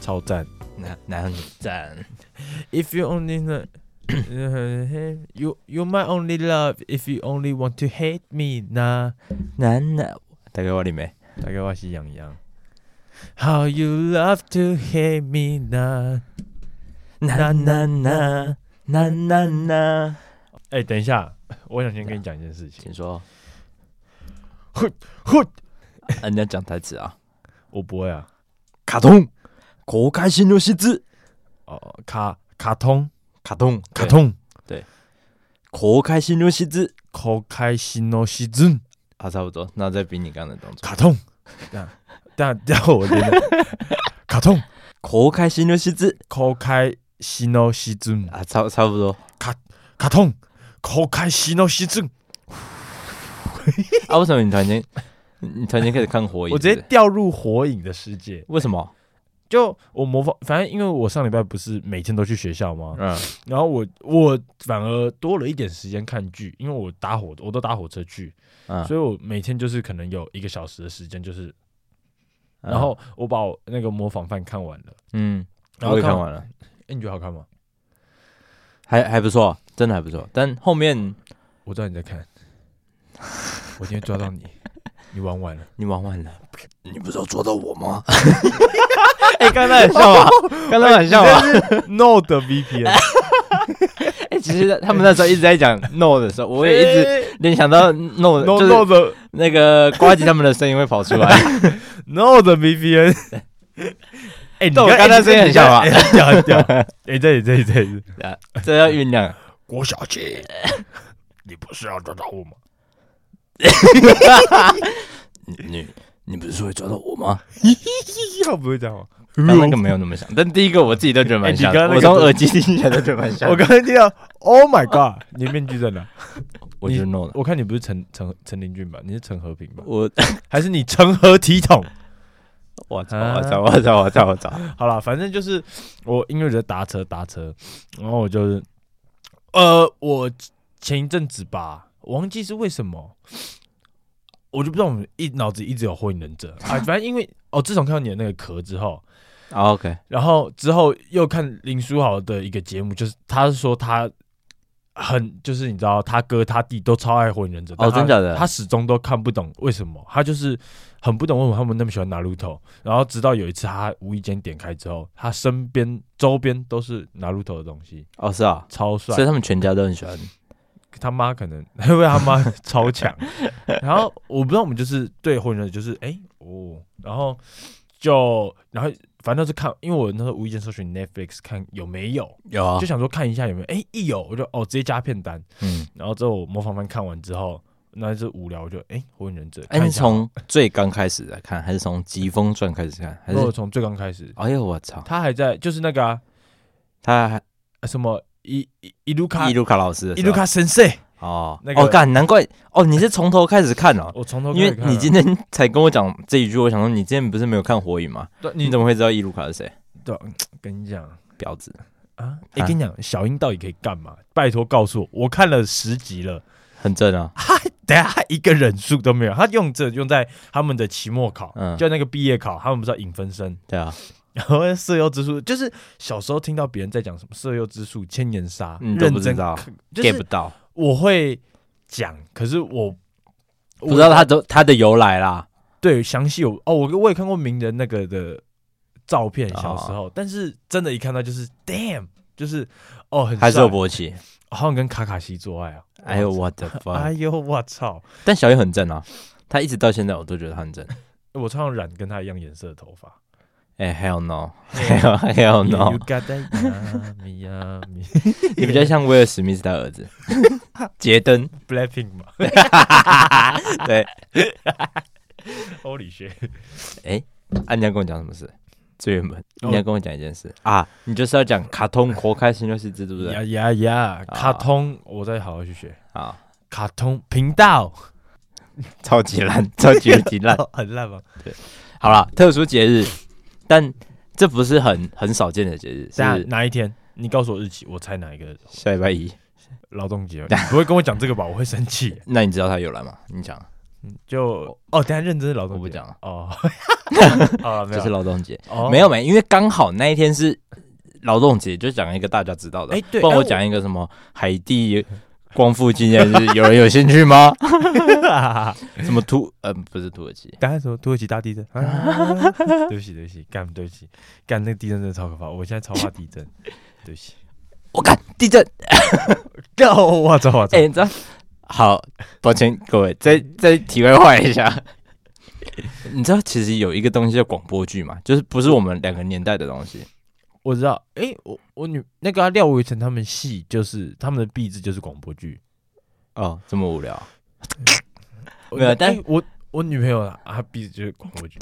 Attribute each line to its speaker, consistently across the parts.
Speaker 1: 超赞。
Speaker 2: 那那很赞。
Speaker 1: If you only know- you you my only love, if you only want to hate me 呢？
Speaker 2: 男的，大概我里面，
Speaker 1: 大概我是杨洋。How you love to hate me 呢？
Speaker 2: 那那那那那那，
Speaker 1: 哎、等一 下，我想先跟你讲一件事情。
Speaker 2: 请说。
Speaker 1: 哼哼，
Speaker 2: 啊，你要讲台词啊。
Speaker 1: 我不会啊。
Speaker 2: 卡通，公开新入戏字，
Speaker 1: 哦，卡卡通，
Speaker 2: 卡通，
Speaker 1: 卡，通，
Speaker 2: 公开新入戏字。
Speaker 1: 口开心哦，西尊，
Speaker 2: 啊，差不多，那再比你刚才的动作。
Speaker 1: 卡 通。这样，这样，这样我觉得。 卡通，
Speaker 2: 公开新入戏字
Speaker 1: 口开心哦，西尊，
Speaker 2: 啊，差差不多。
Speaker 1: 卡通，口开心哦，西尊。
Speaker 2: 啊，为什么你突然间，你你突然间开始看火影？
Speaker 1: 我直
Speaker 2: 是
Speaker 1: 接
Speaker 2: 不是
Speaker 1: 掉入火影的世界。
Speaker 2: 为什么？
Speaker 1: 就我模仿，反正因为我上礼拜不是每天都去学校吗？
Speaker 2: 嗯，
Speaker 1: 然后我我反而多了一点时间看剧，因为我搭火我都搭火车去，
Speaker 2: 嗯
Speaker 1: 所以我每天就是可能有一个小时的时间，就是
Speaker 2: 嗯
Speaker 1: 然后我把我那个模仿犯看完了，
Speaker 2: 嗯，
Speaker 1: 然后
Speaker 2: 我也看
Speaker 1: 完，
Speaker 2: 完了，
Speaker 1: 哎你觉得好看吗？
Speaker 2: 还还不错，真的还不错。但后面
Speaker 1: 我知道你在看，我今天抓 到你，你玩完了，
Speaker 2: 你玩完了，你不是要抓到我吗？ 哎、刚才很像 吧？刚才很像吧？
Speaker 1: no 的 VPN，
Speaker 2: 哎、其实他们那时候一直在讲 no 的时候，我也一直
Speaker 1: 直
Speaker 2: 联想到哎 no，
Speaker 1: no
Speaker 2: 就是
Speaker 1: no 的
Speaker 2: 那个瓜吉他们的声音会跑出来。
Speaker 1: no 的 VPN。哎，你
Speaker 2: 但我刚才声音很像吧
Speaker 1: 哎很屌很屌！ 哎，这里这里这里，
Speaker 2: 这要酝酿。
Speaker 1: 郭小姐，你不是要抓到我吗？
Speaker 2: 你你不是说会抓到我吗？
Speaker 1: 要不会这样吗？
Speaker 2: 刚那个没有那么像，但第一个我自己都觉得蛮像的。
Speaker 1: 哎你刚刚那个
Speaker 2: 我从耳机听起来都觉得蛮像的。
Speaker 1: 哎我刚才听 到，Oh my God！你的面具在哪？
Speaker 2: 我就是 no 了。
Speaker 1: 我看你不是陈陈陈林俊吧？你是陈和平吧？
Speaker 2: 我
Speaker 1: 还是你成何体统？
Speaker 2: 我操
Speaker 1: 啊
Speaker 2: 我操我操我操我操！
Speaker 1: 好啦，反正就是我因为我在搭车搭车，然后我就是，呃，我前一阵子吧，我忘记是为什么，我就不知道我们一脑子一直有火影忍者啊，反正因为哦，自从看到你的那个壳之后，
Speaker 2: 啊 OK，
Speaker 1: 然后之后又看林书豪的一个节目，就是他是说他很就是你知道他哥他弟都超爱火影忍者，但他
Speaker 2: 哦真假的
Speaker 1: 他始终都看不懂为什么，他就是很不懂为什么他们那么喜欢拿路头。然后直到有一次他无意间点开之后，他身边周边都是拿路头的东西，
Speaker 2: 哦是啊，
Speaker 1: 超帅
Speaker 2: 所以。他们全家都很喜欢。
Speaker 1: 他妈可能 因为他妈超强， 然后我不知道我们就是对火影忍者就是哎、哦，然后就然后反正都是看，因为我那时候无意间搜寻 Netflix 看有没有，
Speaker 2: 有啊
Speaker 1: 就想说看一下有没有，哎、一有我就哦直接加片单，
Speaker 2: 嗯，
Speaker 1: 然后之后我模仿班看完之后，那就无聊我就哎、火影忍者，
Speaker 2: 哎，
Speaker 1: 看
Speaker 2: 你
Speaker 1: 一下
Speaker 2: 从最刚开始来看，还是从《疾风传》开始看？还
Speaker 1: 如果
Speaker 2: 是？
Speaker 1: 从最刚开始，
Speaker 2: 哎呦我操！
Speaker 1: 他还在就是那个、啊
Speaker 2: 他还
Speaker 1: 呃什么伊伊伊卢卡
Speaker 2: 伊卢卡老师的时
Speaker 1: 伊
Speaker 2: 候，
Speaker 1: 卢卡神社，
Speaker 2: 哦
Speaker 1: 那，个
Speaker 2: 哦干，难怪哦，你是从头开始看哦，
Speaker 1: 我从头
Speaker 2: 因为你今
Speaker 1: 天
Speaker 2: 天才跟我讲这一句，我想说你之前不是没有看《火影》吗？
Speaker 1: 你
Speaker 2: 你怎么会知道伊卢卡是谁？
Speaker 1: 对跟你讲。
Speaker 2: 婊子！
Speaker 1: 啊！哎、
Speaker 2: 啊
Speaker 1: 跟你讲，小樱到底可以干嘛？拜托告诉我，我看了十集了，
Speaker 2: 很正啊，
Speaker 1: 等一下他一个人数都没有。他用这用在他们的期末考，
Speaker 2: 嗯
Speaker 1: 就那个毕业考，他们不是要引分身，
Speaker 2: 对啊，
Speaker 1: 然后色诱之术，就是小时候听到别人在讲什么色诱之术、千年杀，
Speaker 2: 你嗯都
Speaker 1: 认
Speaker 2: 不知
Speaker 1: 真
Speaker 2: 道
Speaker 1: 就
Speaker 2: ，get 不
Speaker 1: 是
Speaker 2: 到，
Speaker 1: 我会讲，可是我
Speaker 2: 不知道他的他的由来啦。
Speaker 1: 对详细有哦，我我也看过名人那个的照片，
Speaker 2: 哦
Speaker 1: 小时候，但是真的，一看到就是 damn，就是哦，很
Speaker 2: 还是有
Speaker 1: 帅
Speaker 2: 勃起？
Speaker 1: 好想跟卡卡西做爱啊！
Speaker 2: 哎呦，我的妈！
Speaker 1: 哎呦，我操！
Speaker 2: 但小叶很正啊，他一直到现在我都觉得他很正。
Speaker 1: 我超想染跟他一样颜色的头发。
Speaker 2: 哎、h e l l no，hell
Speaker 1: 哎 You
Speaker 2: hell Oh, no，
Speaker 1: got that yummy yummy
Speaker 2: 你比较像威尔史密斯他儿子杰登，
Speaker 1: Blackpink 嘛
Speaker 2: 对。
Speaker 1: ，Holy shit！
Speaker 2: 啊，你要跟我讲什么事？最原本，
Speaker 1: 哦
Speaker 2: 你要跟我讲一件事、啊，你就是要讲卡通活开心就是字，对不啊对？
Speaker 1: 呀呀呀！卡通，我再好好去学。
Speaker 2: 啊，
Speaker 1: 卡通频道
Speaker 2: 超级烂， 超级无敌烂。
Speaker 1: 哦很烂吗？
Speaker 2: 好啦，特殊节日，但这不是很很少见的节日，
Speaker 1: 等下
Speaker 2: 是
Speaker 1: 哪一天？你告诉我日期，我猜哪一个
Speaker 2: 下礼拜一。
Speaker 1: 劳动节？你不会跟我讲这个吧？我会生气。
Speaker 2: 那你知道它由来吗？你讲，
Speaker 1: 就哦，等一下认真是劳动节，
Speaker 2: 我不讲了
Speaker 1: 哦。 好了，没
Speaker 2: 就
Speaker 1: 有
Speaker 2: 是劳动节，
Speaker 1: 哦
Speaker 2: 没有没，因为刚好那一天是劳动节，就讲一个大家知道的。
Speaker 1: 哎对
Speaker 2: 帮
Speaker 1: 哎
Speaker 2: 我
Speaker 1: 我
Speaker 2: 讲一个什么海地光复纪念日，有人有兴趣 吗？什么土呃不是土耳其，
Speaker 1: 刚才什么土耳其大 地震？啊对不起，对不起，干对不起，干那个地震真的超可怕，我现在超怕 地震，对不起。
Speaker 2: 我看地震，
Speaker 1: 干我我操我操
Speaker 2: 哎、！你知道？好，抱歉各位，再再题外话一下。 你知道其实有一个东西叫广播剧嘛，就是不是我们两个年代的东西。
Speaker 1: 我知道，哎，我我女那个啊廖伟成他们系就是他们的壁纸就是广播剧，
Speaker 2: 哦，这么无聊，
Speaker 1: 我
Speaker 2: 没有
Speaker 1: 哎
Speaker 2: 但
Speaker 1: 我我女朋友啊，她壁纸就是广播剧，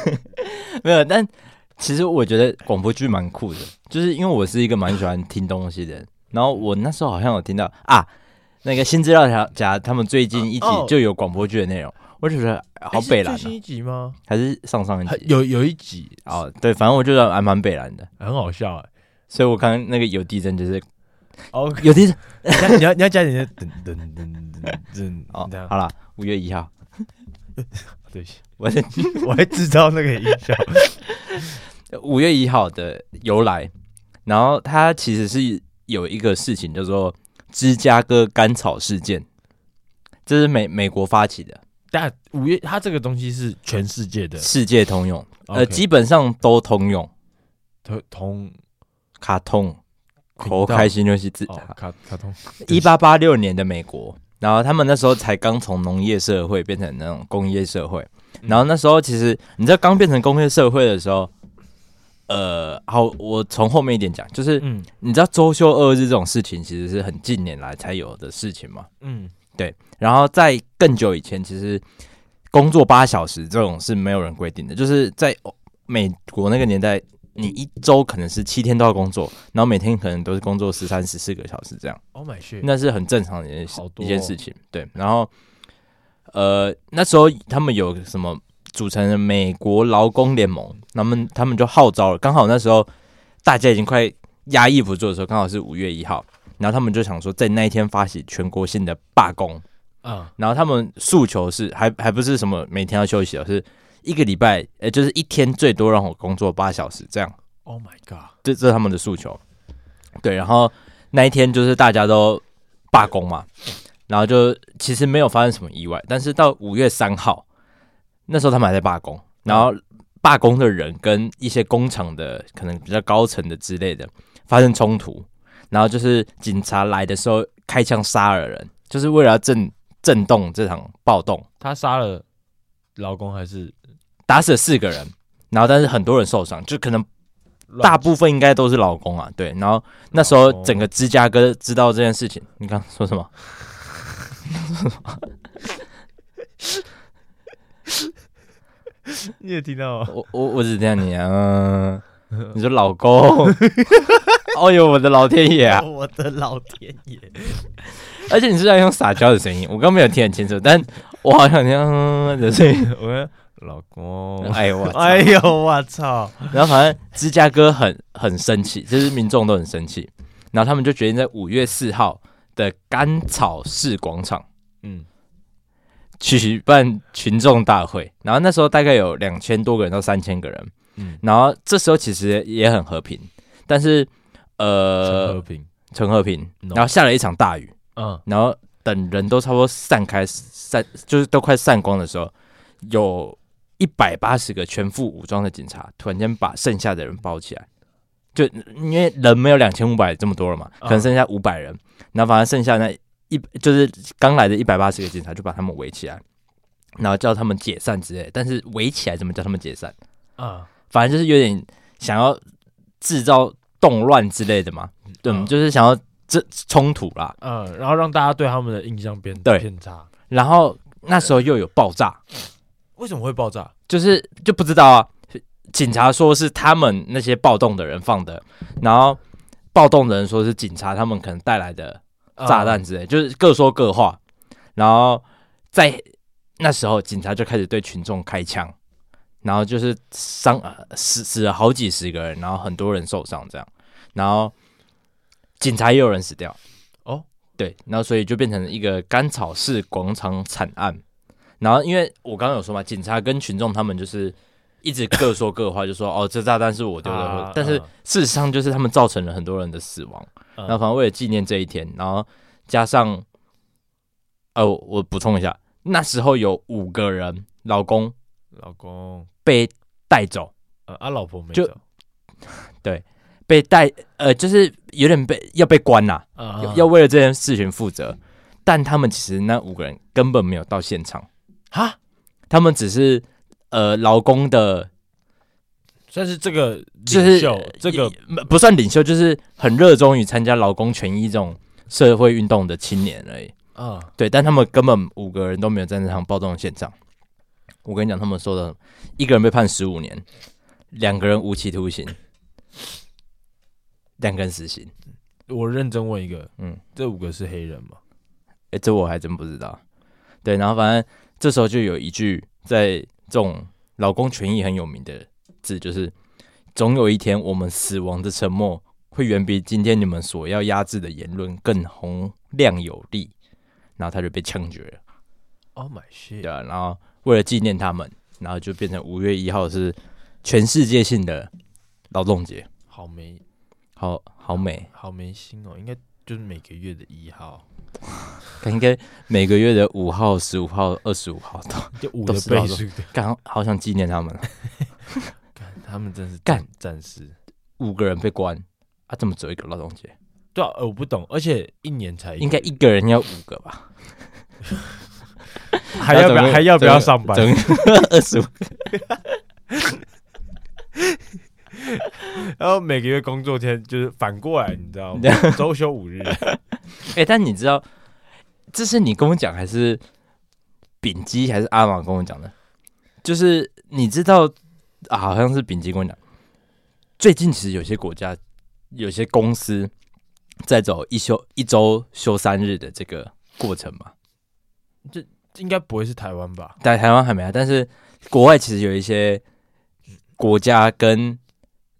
Speaker 2: 没有。但其实我觉得广播剧蛮酷的，就是因为我是一个蛮喜欢听东西的人。然后我那时候好像有听到啊，那个新资料夹夹他们最近一集
Speaker 1: 哦
Speaker 2: 就有广播剧的内容，我就觉得好
Speaker 1: 哎是
Speaker 2: 北蓝、
Speaker 1: 最新
Speaker 2: 啊，
Speaker 1: 一集吗？
Speaker 2: 还是上上一集？
Speaker 1: 有有一集
Speaker 2: 哦，对，反正我觉得还蛮北蓝的。
Speaker 1: 很好笑哎，
Speaker 2: 所以我刚刚那个有地震就是
Speaker 1: 哦，
Speaker 2: 有地震。
Speaker 1: 加你要你要加点噔噔噔噔噔 噔，
Speaker 2: 哦
Speaker 1: 这，样
Speaker 2: 好啦，五月一号，
Speaker 1: 对不起，
Speaker 2: 我是
Speaker 1: 我还制造那个音效，
Speaker 2: 五月一号的由来。然后它其实是有一个事情叫做芝加哥甘草事件，这是美美国发起的，
Speaker 1: 但五月它这个东西是全世界的，
Speaker 2: 世界通用，呃，
Speaker 1: OK
Speaker 2: 基本上都通用。
Speaker 1: 同同
Speaker 2: 卡通，
Speaker 1: 频
Speaker 2: 口
Speaker 1: 道
Speaker 2: 开心就是自
Speaker 1: 哦卡卡通
Speaker 2: 一八八六年的美国，然后他们那时候才刚从农业社会变成那种工业社会，
Speaker 1: 嗯
Speaker 2: 然后那时候其实你知道刚变成工业社会的时候，呃，好，我从后面一点讲，就 是
Speaker 1: 嗯
Speaker 2: 你知道周休二日这种事情其实是很近年来才有的事情嘛，
Speaker 1: 嗯
Speaker 2: 然后在更久以前，其实工作八小时这种是没有人规定的，就是在美国那个年代，你一周可能是七天都要工作，然后每天可能都是工作十三、十四个小时这样，
Speaker 1: ，Oh my shit，
Speaker 2: 那是很正常的一件事
Speaker 1: 好多
Speaker 2: 一
Speaker 1: 哦
Speaker 2: 件事情。对，然后呃，那时候他们有什么组成了美国劳工联盟，他们他们就号召了，刚好那时候大家已经快压抑不住的时候，刚好是五月一号，然后他们就想说在那一天发起全国性的罢工。
Speaker 1: 啊
Speaker 2: 然后他们诉求是还还不是什么每天要休息哦，是一个礼拜，呃，就是一天最多让我工作八小时这样，
Speaker 1: ，Oh my god，
Speaker 2: 这这是他们的诉求。对，然后那一天就是大家都罢工嘛，然后就其实没有发生什么意外，但是到五月三号那时候他们还在罢工，然后罢工的人跟一些工厂的可能比较高层的之类的发生冲突，然后就是警察来的时候开枪杀了人，就是为了要震震动这场暴动。
Speaker 1: 他杀了老公还是
Speaker 2: 打死了四个人，然后但是很多人受伤，就可能大部分应该都是老公啊，对。然后那时候
Speaker 1: 老公
Speaker 2: 整个芝加哥知道这件事情，你刚刚说什么？
Speaker 1: 你也听到 吗？
Speaker 2: 我我我只这样你嗯，你说老公，哦呦我的老天爷啊！
Speaker 1: 我的老天爷！
Speaker 2: 而且你是在用撒娇的声音，我刚没有听很清楚，但我好想听嗯的 声音。
Speaker 1: 我们老公，
Speaker 2: 哎我操！
Speaker 1: 哎呦，我操！
Speaker 2: 然后反正芝加哥很很生气，就是民众都很生气，然后他们就决定在五月四号的甘草市广场。
Speaker 1: 嗯，
Speaker 2: 举办群众大会，然后那时候大概有两千多个人到三千个人，
Speaker 1: 嗯
Speaker 2: 然后这时候其实也很和平，但是
Speaker 1: 陈和
Speaker 2: 呃，
Speaker 1: 平，
Speaker 2: 很和平，
Speaker 1: No
Speaker 2: 然后下了一场大雨，
Speaker 1: 嗯，
Speaker 2: 然后等人都差不多散开散，就是都快散光的时候，有一百八十个全副武装的警察突然间把剩下的人包起来，就因为人没有两千五百这么多了嘛，
Speaker 1: 嗯
Speaker 2: 可能剩下五百人，然后反正剩下那一就是刚来的一百八十个警察就把他们围起来，然后叫他们解散之类，但是围起来怎么叫他们解散？
Speaker 1: 啊，
Speaker 2: 反正就是有点想要制造动乱之类的嘛，对，
Speaker 1: 嗯
Speaker 2: 就是想要这冲突啦。
Speaker 1: 嗯，然后让大家对他们的印象变
Speaker 2: 对
Speaker 1: 变差。
Speaker 2: 然后那时候又有爆炸，
Speaker 1: 为什么会爆炸？
Speaker 2: 就是就不知道啊。警察说是他们那些暴动的人放的，然后暴动的人说是警察他们可能带来的
Speaker 1: 啊
Speaker 2: 炸弹之类，就是各说各话。然后在那时候，警察就开始对群众开枪，然后就是伤呃死死了好几十个人，然后很多人受伤这样，然后警察也有人死掉。
Speaker 1: 哦，
Speaker 2: 对，然后所以就变成一个甘草市广场惨案。然后因为我刚刚有说嘛，警察跟群众他们就是一直各说各话，就说哦这炸弹是我丢的，
Speaker 1: 啊
Speaker 2: 但是
Speaker 1: 啊
Speaker 2: 事实上就是他们造成了很多人的死亡。
Speaker 1: 嗯
Speaker 2: 那反正为了纪念这一天，然后加上，呃，我我补充一下，那时候有五个人老公
Speaker 1: 老公，
Speaker 2: 被带走，
Speaker 1: 呃啊，老婆没
Speaker 2: 就
Speaker 1: 走
Speaker 2: 被带呃就是有点被要被关啦、
Speaker 1: 啊
Speaker 2: 要要为了这件事情负责。但他们其实那五个人根本没有到现场，
Speaker 1: 哈，
Speaker 2: 他们只是呃劳工的，
Speaker 1: 算是这个
Speaker 2: 就
Speaker 1: 领
Speaker 2: 是
Speaker 1: 袖，这个
Speaker 2: 也不算领袖，就是很热衷于参加劳工权益这种社会运动的青年而已。
Speaker 1: 啊
Speaker 2: 对，但他们根本五个人都没有在那场暴动现场。我跟你讲，他们说的，一个人被判十五年，两个人无期徒刑，两个人死刑。
Speaker 1: 我认真问一个，
Speaker 2: 嗯，
Speaker 1: 这五个是黑人吗？
Speaker 2: 哎、这我还真不知道。对，然后反正这时候就有一句在这种劳工权益很有名的字，就是“总有一天，我们死亡的沉默会远比今天你们所要压制的言论更洪亮有力。”然后他就被枪决了。
Speaker 1: Oh my shit！
Speaker 2: 对啊，然后为了纪念他们，然后就变成五月一号是全世界性的劳动节，
Speaker 1: 好没
Speaker 2: 好好美，
Speaker 1: 好没心哦，应该就是每个月的一号，
Speaker 2: 看应该每个月的五号、十五号、二十五号都
Speaker 1: 就五
Speaker 2: 都
Speaker 1: 的
Speaker 2: 是
Speaker 1: 倍
Speaker 2: 劳动
Speaker 1: 数的。
Speaker 2: 干，好想纪念他们。啊
Speaker 1: 他们真是
Speaker 2: 干
Speaker 1: 战战士。
Speaker 2: 五个人被关，啊，怎么只有一个劳动节？
Speaker 1: 对啊，呃我不懂，而且一年才一个
Speaker 2: 应该一个人要五个吧？
Speaker 1: 还要不要还要不要上班？
Speaker 2: 整二十五，
Speaker 1: 然后每个月工作天就是反过来，你知道吗？周休五日。
Speaker 2: 哎，但你知道这是你跟我讲还是丙基还是阿玛跟我讲的？就是你知道啊，好像是丙基跟我讲，最近其实有些国家有些公司在走一休一周休三日的这个过程嘛，
Speaker 1: 应该不会是台湾吧？
Speaker 2: 在台湾还没啊，但是国外其实有一些国家跟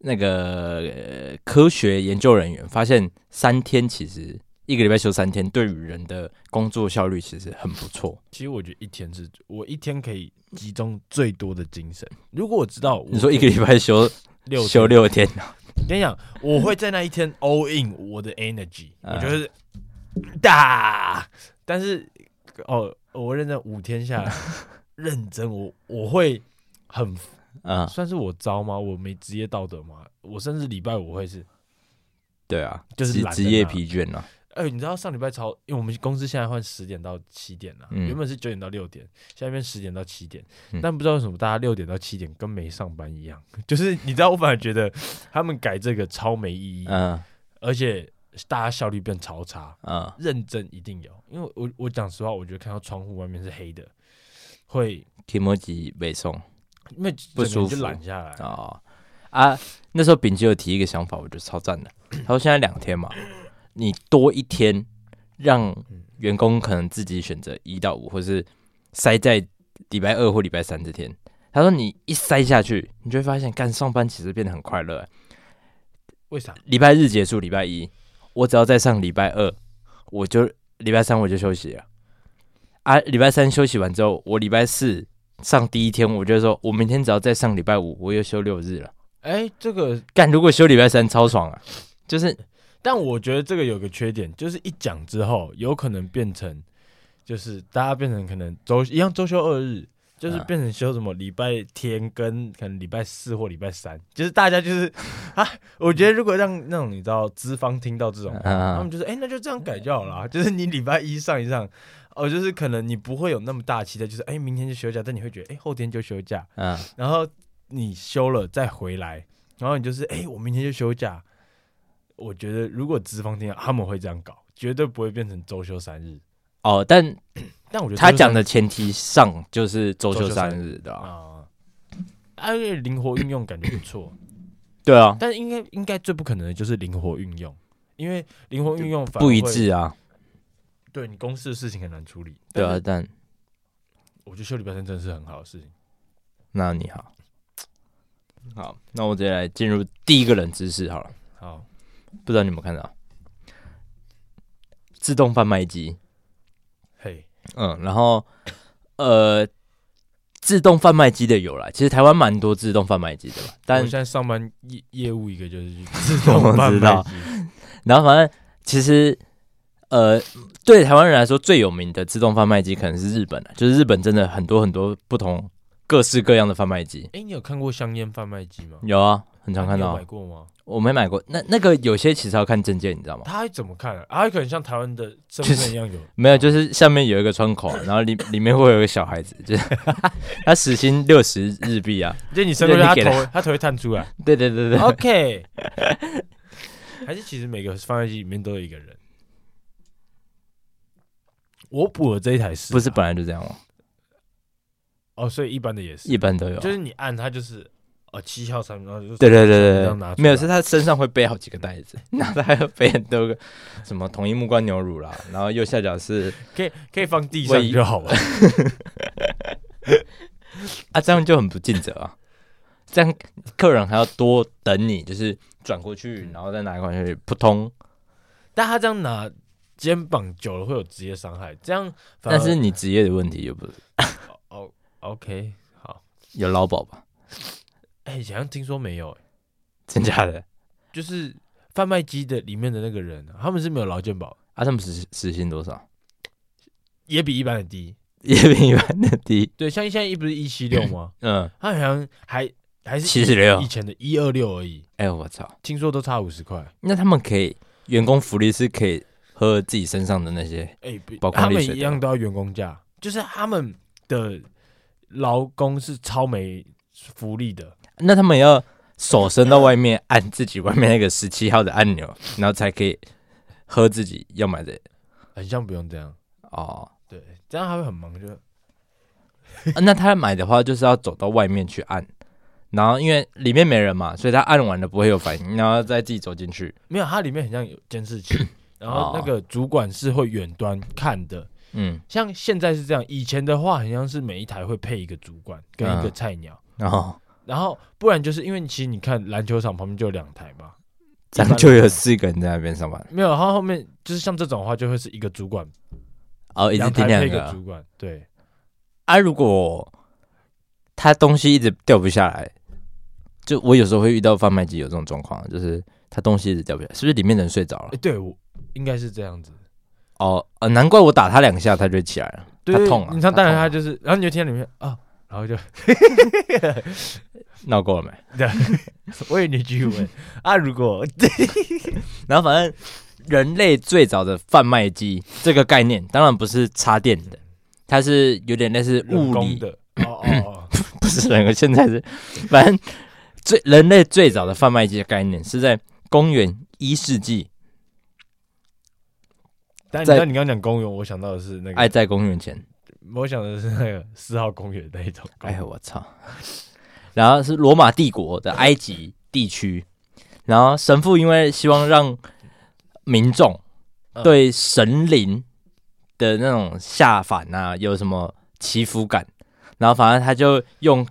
Speaker 2: 那个、呃科学研究人员发现，三天其实一个礼拜休三天，对于人的工作效率其实很不错。
Speaker 1: 其实我觉得一天是我一天可以集中最多的精神。如果我知道我
Speaker 2: 你说一个礼拜休
Speaker 1: 六
Speaker 2: 休
Speaker 1: 天，
Speaker 2: 六天，啊
Speaker 1: 跟你讲，我会在那一天 all in 我的 energy，
Speaker 2: 嗯
Speaker 1: 我觉得大。但是哦，我认真五天下来，认真我我会很
Speaker 2: 嗯，
Speaker 1: 算是我糟吗？我没职业道德吗？我甚至礼拜五会是，
Speaker 2: 对啊，
Speaker 1: 就是
Speaker 2: 职
Speaker 1: 懒得
Speaker 2: 职业
Speaker 1: 拿
Speaker 2: 疲倦啊了、
Speaker 1: 哎、你知道上礼拜超，因为我们公司现在换十点到七点了、
Speaker 2: 嗯
Speaker 1: 原本是九点到六点，现在变十点到七点、
Speaker 2: 嗯
Speaker 1: 但不知道为什么大家六点到七点跟没上班一样， 就是你知道，我反而觉得他们改这个超没意义，
Speaker 2: 嗯
Speaker 1: 而且大家效率变超差，
Speaker 2: 嗯，
Speaker 1: 认真一定有，因为我我讲实话，我觉得看到窗户外面是黑的，会
Speaker 2: 提摩吉北送
Speaker 1: 因为
Speaker 2: 不舒
Speaker 1: 整个人
Speaker 2: 服
Speaker 1: 就懒下来，
Speaker 2: 哦啊，那时候丙基有提一个想法，我觉得超赞的。他说现在两天嘛，你多一天，让员工可能自己选择一到五，或是塞在礼拜二或礼拜三这天。他说你一塞下去，你就会发现干上班其实变得很快乐。
Speaker 1: 为啥？
Speaker 2: 礼拜日结束，礼拜一我只要再上礼拜二，我就礼拜三我就休息了。啊，礼拜三休息完之后，我礼拜四上第一天，我就说我明天只要再上礼拜五，我又休六日了。
Speaker 1: 哎、这个，
Speaker 2: 干，如果休礼拜三超爽啊！就是
Speaker 1: 但我觉得这个有个缺点，就是一讲之后，有可能变成，就是大家变成可能周一样周休二日，就是
Speaker 2: 嗯
Speaker 1: 变成休什么礼拜天跟可能礼拜四或礼拜三，就是大家就是 啊，我觉得如果让那种你知道资方听到这种，他
Speaker 2: 嗯
Speaker 1: 们，就是哎、那就这样改就好了啊， 就是你礼拜一上一上，哦，就是可能你不会有那么大期待，就是哎、明天就休假，但你会觉得哎、后天就休假，
Speaker 2: 嗯，
Speaker 1: 然后你休了再回来，然后你就是哎、诶我明天就休假。我觉得如果资方听到，他们会这样搞，绝对不会变成周休三日。
Speaker 2: 哦，但
Speaker 1: 但我觉得
Speaker 2: 他讲
Speaker 1: 周休
Speaker 2: 的前提上就是周休三日，对
Speaker 1: 三日
Speaker 2: 吧？
Speaker 1: 啊，啊，因为灵活运用感觉不错，
Speaker 2: 对啊，
Speaker 1: 但应该应该最不可能的就是灵活运用，因为灵活运用反而
Speaker 2: 不一
Speaker 1: 会，
Speaker 2: 致啊，
Speaker 1: 对你公司的事情很难处理。但
Speaker 2: 对啊
Speaker 1: 是，
Speaker 2: 但
Speaker 1: 我觉得休礼拜天真的是很好的事情。
Speaker 2: 那你好，好，那我直接来进入第一个冷知识好了，
Speaker 1: 好，
Speaker 2: 不知道你有没有看到自动贩卖机？
Speaker 1: 嘿，
Speaker 2: 嗯，然后呃自动贩卖机的有啦，其实台湾蛮多自动贩卖机的吧，
Speaker 1: 我
Speaker 2: 但
Speaker 1: 现在上班业业务一个就是去自动贩
Speaker 2: 知
Speaker 1: 卖
Speaker 2: 道
Speaker 1: 机，
Speaker 2: 然后反正其实呃对台湾人来说最有名的自动贩卖机可能是日本了，就是日本真的很多很多不同各式各样的贩卖机，
Speaker 1: 哎、你有看过香烟贩卖机吗？
Speaker 2: 有啊，很常看
Speaker 1: 你有
Speaker 2: 到啊
Speaker 1: 买，过吗？
Speaker 2: 我没买过，那那个有些其实要看证件，你知道吗？
Speaker 1: 他怎么看啊？啊他可能像台湾的身份证一样有，
Speaker 2: 没有，就是下面有一个窗口，啊 然后里里面会有一个小孩子，就是 他时薪六十日币啊。哦
Speaker 1: 就你伸过去，他
Speaker 2: 就你给
Speaker 1: 头他头会探出来。
Speaker 2: 对对对对，
Speaker 1: OK，还是其实每个贩卖机里面都有一个人。我补的这一台是啊
Speaker 2: 不是本来就这样吗？
Speaker 1: 哦，所以一般的也是，
Speaker 2: 一般都有。啊
Speaker 1: 就是你按它就是哦七号三，然后就
Speaker 2: 对对
Speaker 1: 这
Speaker 2: 对对
Speaker 1: 样拿
Speaker 2: 对，
Speaker 1: 出来
Speaker 2: 没有，是他身上会背好几个袋子， 然后他还要背很多个什么统一木瓜牛乳啦，然后右下角是
Speaker 1: 可以可以放地上
Speaker 2: 喂
Speaker 1: 就好了。
Speaker 2: 啊，这样就很不尽责啊。这样客人还要多等你，就是转过去，然后再拿过去，扑通。
Speaker 1: 但他这样拿肩膀久了会有职业伤害，这样反而
Speaker 2: 但是你职业的问题就不是
Speaker 1: 哦，OK，好，
Speaker 2: 有劳保吧？
Speaker 1: 哎、好像听说没有、哎
Speaker 2: 真假的？
Speaker 1: 就是贩卖机的里面的那个人啊、他们是没有劳健保，
Speaker 2: 啊，他们时时薪多少？
Speaker 1: 也比一般的低。
Speaker 2: 也比一般的低。
Speaker 1: 对，像现在一不是一七六 吗？
Speaker 2: 嗯，
Speaker 1: 他好像还还是
Speaker 2: 七十六
Speaker 1: 以。前的一二六而已，
Speaker 2: 哎呦，我操！
Speaker 1: 听说都差五十块。
Speaker 2: 那他们可以员工福利是可以喝自己身上的那些，
Speaker 1: 哎、比
Speaker 2: 包括
Speaker 1: 他们
Speaker 2: 利水
Speaker 1: 一
Speaker 2: 的
Speaker 1: 样都要员工价，就是他们的劳工是超没福利的。
Speaker 2: 那他们也要手伸到外面按自己外面那个十七号的按钮，然后才可以喝自己要买的
Speaker 1: 很像不用这样，
Speaker 2: 哦、
Speaker 1: 对，这样他会很忙，就
Speaker 2: 啊那他买的话就是要走到外面去按，然后因为里面没人嘛，所以他按完了不会有反应，然后再自己走进去。
Speaker 1: 没有，它里面很像有监视 器，然后那个主管是会远端看的。
Speaker 2: 嗯，
Speaker 1: 像现在是这样，以前的话很像是每一台会配一个主管跟
Speaker 2: 嗯
Speaker 1: 一个菜鸟，
Speaker 2: 然 后
Speaker 1: 然后不然就是因为其实你看篮球场旁边就有两台嘛，
Speaker 2: 这样就有四个人在那边上班，
Speaker 1: 没有，然后后面就是像这种的话就会是一个主管，
Speaker 2: 哦，一直
Speaker 1: 两台
Speaker 2: 点两
Speaker 1: 配一个
Speaker 2: 个
Speaker 1: 主管，对，
Speaker 2: 啊，如果他东西一直掉不下来，就我有时候会遇到贩卖机有这种状况，就是他东西一直掉不下来，是不是里面的人睡着了
Speaker 1: 哎，？对我应该是这样子，
Speaker 2: 哦，呃，难怪我打他两下，他就起来了。
Speaker 1: 对，
Speaker 2: 他
Speaker 1: 对
Speaker 2: 痛啊
Speaker 1: 你看，
Speaker 2: 他
Speaker 1: 当然
Speaker 2: 痛
Speaker 1: 他
Speaker 2: 啊
Speaker 1: 就是，然后你就听到里面啊，然后就
Speaker 2: 闹够了没？
Speaker 1: 我以为你去问啊，如果
Speaker 2: 然后反正人类最早的贩卖机这个概念，当然不是插电的，它是有点类似
Speaker 1: 人
Speaker 2: 物
Speaker 1: 工
Speaker 2: 理，
Speaker 1: 的，哦哦哦，
Speaker 2: 不是人工。现在是，反正最人类最早的贩卖机的概念是在公元一世纪，
Speaker 1: 但你
Speaker 2: 在
Speaker 1: 知道你刚刚讲公园，我想到的是那个
Speaker 2: 爱在公元前。
Speaker 1: 我想的是那个四号公园那一种公
Speaker 2: 哎
Speaker 1: 园。
Speaker 2: 呦我操！然后是罗马帝国的埃及地区，然后神父因为希望让民众
Speaker 1: 嗯
Speaker 2: 对神灵的那种下凡啊有什么祈福感，然后反正他就用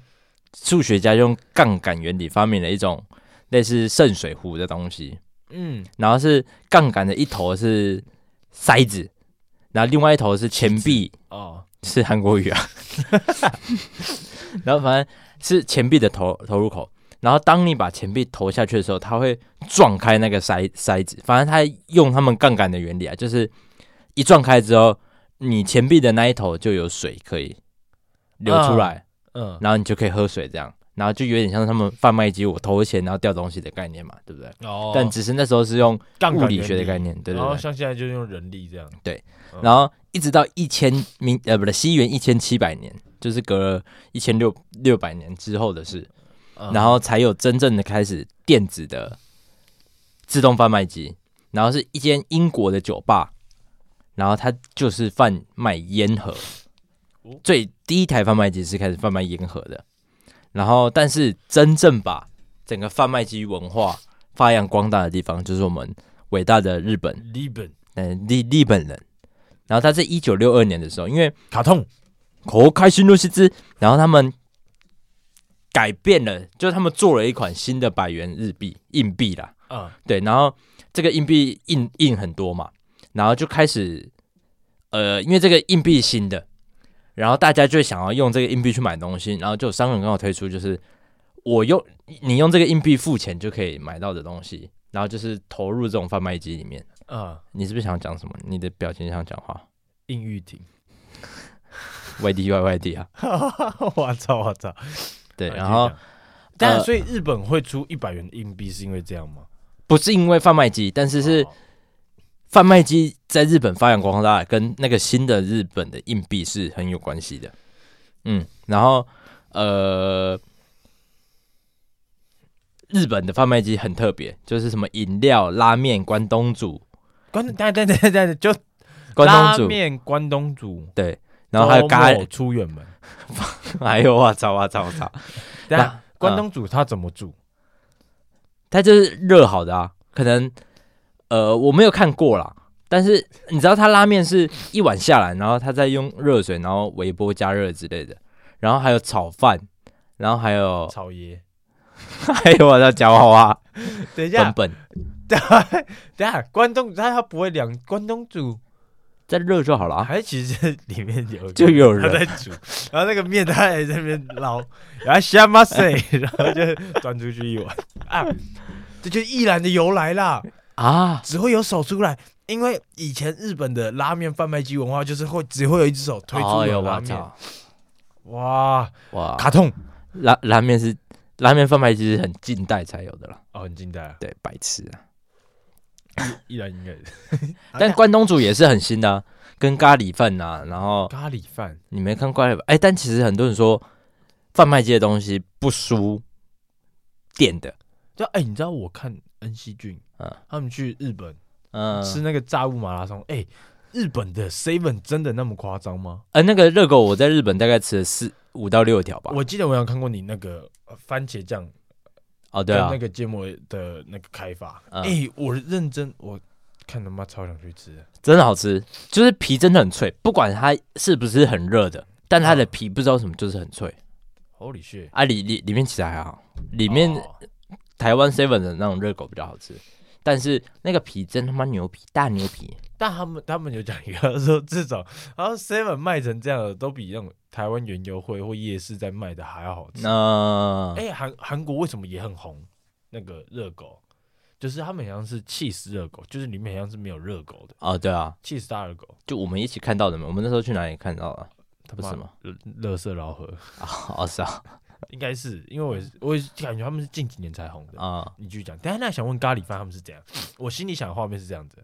Speaker 2: 数学家用杠杆原理发明了一种类似圣水壶的东西，
Speaker 1: 嗯，
Speaker 2: 然后是杠杆的一头是塞子，然后另外一头是钱币，
Speaker 1: 哦，
Speaker 2: 是韩国语啊。 然后反正是钱币的投投入口，然后当你把钱币投下去的时候，它会撞开那个筛筛子。反正它用他们杠杆的原理啊，就是一撞开之后，你钱币的那一头就有水可以流出来，
Speaker 1: 嗯，
Speaker 2: 然后你就可以喝水这样。然后就有点像他们贩卖机我投钱然后掉东西的概念嘛，对不对？
Speaker 1: 哦
Speaker 2: 但只是那时候是用
Speaker 1: 杠
Speaker 2: 物
Speaker 1: 杆
Speaker 2: 理
Speaker 1: 原
Speaker 2: 学的概，念，对对
Speaker 1: 然后
Speaker 2: 对。
Speaker 1: 像现在就是用人力这样，嗯
Speaker 2: 然后一直到一千明呃不对，西元一千七百年，就是隔了一千六六百年之后的事，
Speaker 1: 嗯
Speaker 2: 然后才有真正的开始电子的自动贩卖机，然后是一间英国的酒吧，然后它就是贩卖烟盒
Speaker 1: 哦，
Speaker 2: 最第一台贩卖机是开始贩卖烟盒的，然后但是真正把整个贩卖机文化发扬光大的地方，就是我们伟大的日本。
Speaker 1: 日本
Speaker 2: 嗯，日日本人。然后他在一九六二年的时候，因为
Speaker 1: 卡通
Speaker 2: 口开心诺西兹，然后他们改变了，就是他们做了一款新的百元日币硬币啦，
Speaker 1: 啊，
Speaker 2: 对，然后这个硬币印印很多嘛，然后就开始，呃，因为这个硬币新的，然后大家就想要用这个硬币去买东西，然后就有商人跟我推出，就是我用你用这个硬币付钱就可以买到的东西，然后就是投入这种贩卖机里面。
Speaker 1: 嗯，
Speaker 2: 你是不是想讲什么？你的表情想讲 话
Speaker 1: 应玉 婷，
Speaker 2: ，Y D Y Y D 啊？
Speaker 1: 我操我操！
Speaker 2: 对，
Speaker 1: 好
Speaker 2: 然后
Speaker 1: 继啊续讲但
Speaker 2: 呃
Speaker 1: 所以日本会出一百元的硬币是因为这样吗？
Speaker 2: 不是因为贩卖机，但是是
Speaker 1: 哦
Speaker 2: 贩卖机在日本发扬光大，跟那个新的日本的硬币是很有关系的。嗯，然后呃，日本的贩卖机很特别，就是什么饮料、拉面、关东煮、
Speaker 1: 关等等等等等，就
Speaker 2: 关
Speaker 1: 拉
Speaker 2: 东煮，
Speaker 1: 面关东煮，
Speaker 2: 对，然后还有咖
Speaker 1: 周，末 出远门。
Speaker 2: 还有我操我操我操，
Speaker 1: 等一
Speaker 2: 那啊
Speaker 1: 下关东煮它怎么煮？
Speaker 2: 它就是热好的啊，可能呃我没有看过啦，但是你知道它拉面是一碗下来，然后它再用热水，然后微波加热之类的，然后还有炒饭，然后 还有
Speaker 1: 哦草 爷，
Speaker 2: 还有我的夹娃娃
Speaker 1: 等一
Speaker 2: 本
Speaker 1: 下，
Speaker 2: 本，
Speaker 1: 等一下，关东它它不会凉，关东煮
Speaker 2: 再热就好了啊。
Speaker 1: 还哎其实里面有一个
Speaker 2: 就有人
Speaker 1: 他在煮，然后那个面他还在那边捞，然后虾马塞，然后就端出去一碗啊，这就是一兰的由来啦。
Speaker 2: 啊，
Speaker 1: 只会有手出来，因为以前日本的拉面贩卖机文化就是会只会有一只手推出
Speaker 2: 哎呦
Speaker 1: 有
Speaker 2: 我
Speaker 1: 拉面，
Speaker 2: 操，
Speaker 1: 哇，
Speaker 2: 哇，
Speaker 1: 卡通
Speaker 2: 拉拉面是拉面贩卖机是很近代才有的啦，
Speaker 1: 哦，很近代啊，
Speaker 2: 对，白痴啊。
Speaker 1: 依然应 该是
Speaker 2: 但关东煮也是很新的啊、跟咖喱饭呐、然后
Speaker 1: 咖喱饭
Speaker 2: 你没看怪了吧？哎、但其实很多人说贩卖机的东西不输店的，
Speaker 1: 就哎、你知道我看恩熙俊，
Speaker 2: 嗯
Speaker 1: 他们去日本
Speaker 2: 嗯，
Speaker 1: 吃那个炸物马拉松，哎、日本的 seven 真的那么夸张吗？
Speaker 2: 呃，那个热狗我在日本大概吃了四五到六条吧。
Speaker 1: 我记得我有看过你那个呃番茄酱
Speaker 2: 哦，对
Speaker 1: 跟
Speaker 2: 啊
Speaker 1: 那，个芥末的那个开发，哎、
Speaker 2: 嗯
Speaker 1: 我认真我看他妈超想去吃的，
Speaker 2: 真的好吃，就是皮真的很脆，不管它是不是很热的，但它的
Speaker 1: 嗯
Speaker 2: 皮不知道为什么就是很脆。
Speaker 1: Holy shit！
Speaker 2: 啊，里里里面其实还好，里面
Speaker 1: 哦
Speaker 2: 台湾 seven 的那种热狗比较好吃，但是那个皮真他妈牛皮，大牛皮。
Speaker 1: 但他们他们有讲一个他说，至少然后 Seven 卖成这样的，都比那种台湾原油会或夜市在卖的还要好
Speaker 2: 嗯
Speaker 1: 吃。
Speaker 2: 那、
Speaker 1: 哎、韩韩国为什么也很红？那个热狗，就是他们好像是 cheese 热狗，就是里面好像是没有热狗的
Speaker 2: 哦，对啊，
Speaker 1: cheese 大热狗，
Speaker 2: 就我们一起看到的嘛，我们那时候去哪里看到了？
Speaker 1: 他
Speaker 2: 不
Speaker 1: 妈
Speaker 2: 是吗？
Speaker 1: 乐色老河，
Speaker 2: 哦，是啊，
Speaker 1: 应该是因为我也是我也是感觉他们是近几年才红的。
Speaker 2: 啊、
Speaker 1: 你继续讲，但是那想问咖喱饭他们是怎样？我心里想的画面是这样子，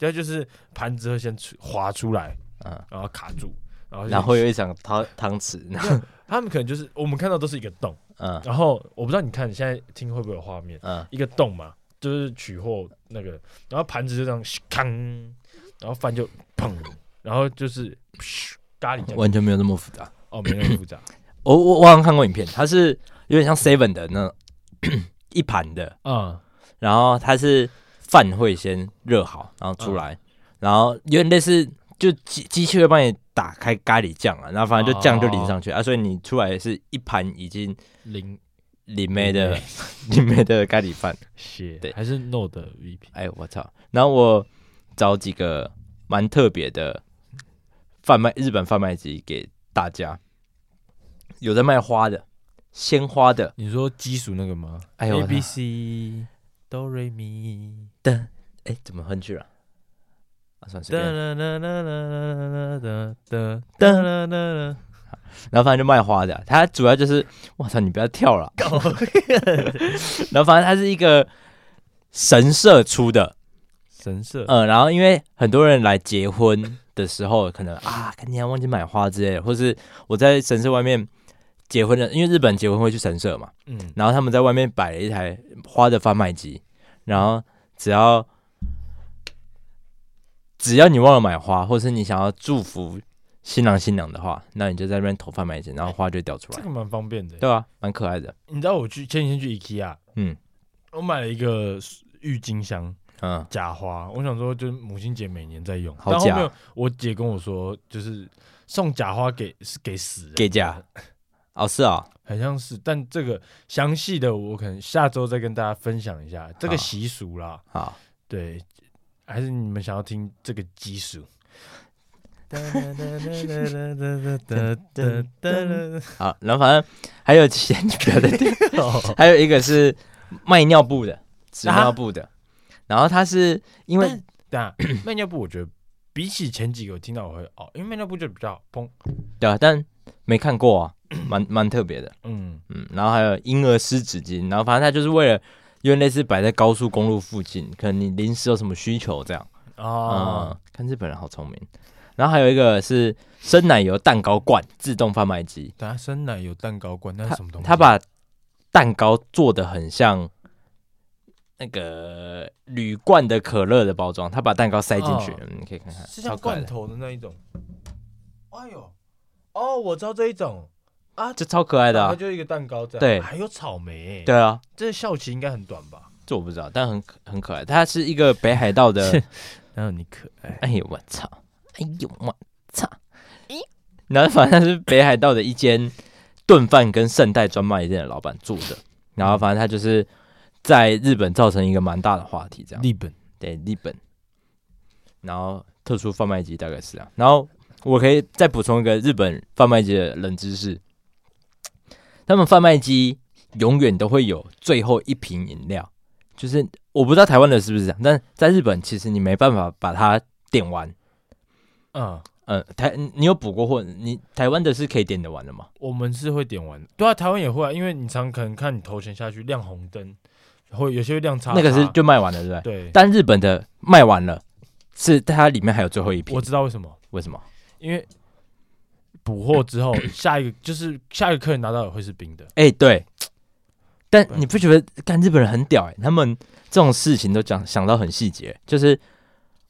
Speaker 1: 然后就是盘子会先出滑出来，
Speaker 2: 嗯
Speaker 1: 然后卡住，然后就
Speaker 2: 然后有一场汤汤 匙，然后
Speaker 1: 他们可能就是我们看到都是一个洞，
Speaker 2: 嗯
Speaker 1: 然后我不知道你看你现在听会不会有画面，
Speaker 2: 嗯，
Speaker 1: 一个洞嘛，就是取货那个，然后盘子就这样康，然后饭就砰，然后就是噗咖喱酱，
Speaker 2: 完全没有那么复杂。
Speaker 1: 哦，没那么复 杂，
Speaker 2: 我我我好像看过影片，它是有点像 seven 的那种 一盘的，
Speaker 1: 嗯，
Speaker 2: 然后它是饭会先热好，然后出来，然后有点类似就机机器会帮你打开咖喱酱啊，然后反正就酱就淋上去、啊，所以你出来是一盘已经
Speaker 1: 零
Speaker 2: 淋梅 的淋梅的咖喱饭。
Speaker 1: 血
Speaker 2: 对
Speaker 1: 还是 no 的 VP，
Speaker 2: 哎，我操！然后我找几个蛮特别的贩卖日本贩卖机给大家，有在卖花的，鲜花的，
Speaker 1: 你说基础那个吗？
Speaker 2: 哎呦我
Speaker 1: a
Speaker 2: 的
Speaker 1: B C 哆瑞咪，
Speaker 2: 哎，怎么哼去了？啊，算是。
Speaker 1: 哒
Speaker 2: 然
Speaker 1: 啦啦啦啦啦啦啦哒哒
Speaker 2: 噔
Speaker 1: 啦啦啦，
Speaker 2: 后反正就卖花的，它主要就是，我操，你不要跳了。然后反正它是一个神社出的，
Speaker 1: 神社，
Speaker 2: 嗯，然后因为很多人来结婚的时候，可能啊，看你还忘记买花之类的，或是我在神社外面结婚的，因为日本结婚会去神社嘛，
Speaker 1: 嗯，
Speaker 2: 然后他们在外面摆了一台花的贩卖机，然后只要只要你忘了买花，或是你想要祝福新郎新娘的话，那你就在那边投贩卖机，然后花就掉出
Speaker 1: 这
Speaker 2: 来，
Speaker 1: 个蛮方便的。
Speaker 2: 对啊，蛮可爱的，
Speaker 1: 你知道我去前几天去 IKEA，
Speaker 2: 嗯
Speaker 1: 我买了一个郁金香
Speaker 2: 嗯，
Speaker 1: 假花，我想说就是母亲节每年在用，
Speaker 2: 好
Speaker 1: 但后
Speaker 2: 假
Speaker 1: 面我姐跟我说，就是送假花给是给死人，
Speaker 2: 给价，哦是啊、哦，
Speaker 1: 很像是，但这个详细的我可能下周再跟大家分享一下这个
Speaker 2: 好
Speaker 1: 习俗啦。
Speaker 2: 好，
Speaker 1: 对，还是你们想要听这个基础？
Speaker 2: 好，然后反正还有先不要再听，还有一个是卖尿布的，纸尿布的。然后他是因为
Speaker 1: 对啊，慢尿布我觉得比起前几个我听到我会哦，因为慢尿布就比较砰，
Speaker 2: 对啊，但没看过啊，蛮蛮特别的。
Speaker 1: 嗯，
Speaker 2: 嗯，然后还有婴儿湿纸巾，然后反正它就是为了，因为类似摆在高速公路附近，可能你临时有什么需求这样。啊、
Speaker 1: 哦，
Speaker 2: 嗯，看日本人好聪明。然后还有一个是生奶油蛋糕罐自动贩卖机，
Speaker 1: 等下生奶有蛋糕罐，那是什么东西？
Speaker 2: 他把蛋糕做的很像那个铝罐的可乐的包装，他把蛋糕塞进去，
Speaker 1: 哦
Speaker 2: 嗯，你可以看看，
Speaker 1: 是
Speaker 2: 超
Speaker 1: 像
Speaker 2: 可爱
Speaker 1: 罐
Speaker 2: 的，
Speaker 1: 头的那一种。哎呦，哦，我知道这一种，
Speaker 2: 这超可爱的、
Speaker 1: 它
Speaker 2: 啊，
Speaker 1: 就一个蛋糕这样，
Speaker 2: 对
Speaker 1: 还有草莓，，
Speaker 2: 对啊，
Speaker 1: 这效期应该很短吧？
Speaker 2: 这我不知道，但很可很可爱，它是一个北海道的
Speaker 1: 哪有你可爱？
Speaker 2: 哎呦我操！哎呦我操！然后反正是北海道的一间炖饭跟圣代专卖店的老板做的，然后反正他就是在日本造成一个蛮大的话题，这样
Speaker 1: 日本，
Speaker 2: 对日本，然后特殊贩卖机大概是这样，然后我可以再补充一个日本贩卖机的冷知识，啊他们贩卖机永远都会有最后一瓶饮料，就是我不知道台湾的是不是这样，但在日本其实你没办法把它点完。
Speaker 1: 嗯，
Speaker 2: 呃，台你你有补过货？你台湾的是可以点得完的吗？
Speaker 1: 我们是会点完的，对啊，台湾也会啊，因为你常可能看你头前下去亮红灯，会有些会亮叉叉，
Speaker 2: 那个是就卖完了，对不对？
Speaker 1: 哦对，
Speaker 2: 但日本的卖完了，是它里面还有最后一瓶
Speaker 1: 我，知道为什么，
Speaker 2: 为什么？
Speaker 1: 因为补货之 后，下一个就是下一个客人拿到也会是冰的，
Speaker 2: 哎、对。但你不觉得干日本人很屌哎、他们这种事情都讲想到很细节，就是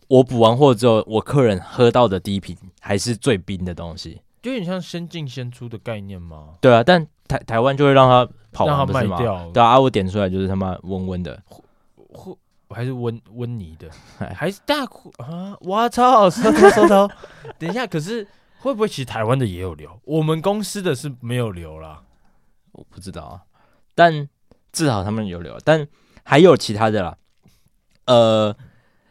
Speaker 2: 我补完货之后，我客人喝到的第一瓶还是最冰的东西。
Speaker 1: 就有点像先进先出的概念吗？
Speaker 2: 对啊，但台台湾就会让他跑
Speaker 1: 让
Speaker 2: 完，
Speaker 1: 它
Speaker 2: 不是
Speaker 1: 卖
Speaker 2: 吗？
Speaker 1: 掉，
Speaker 2: 对啊，我点出来就是他妈温温的，
Speaker 1: 或还是温温泥 的，
Speaker 2: 哎
Speaker 1: 还是大裤啊！我操，收头收 头。等一下，可是会不会其实台湾的也有留？我们公司的是没有留啦。
Speaker 2: 我不知道啊，但至少他们有留，啊但还有其他的啦。呃，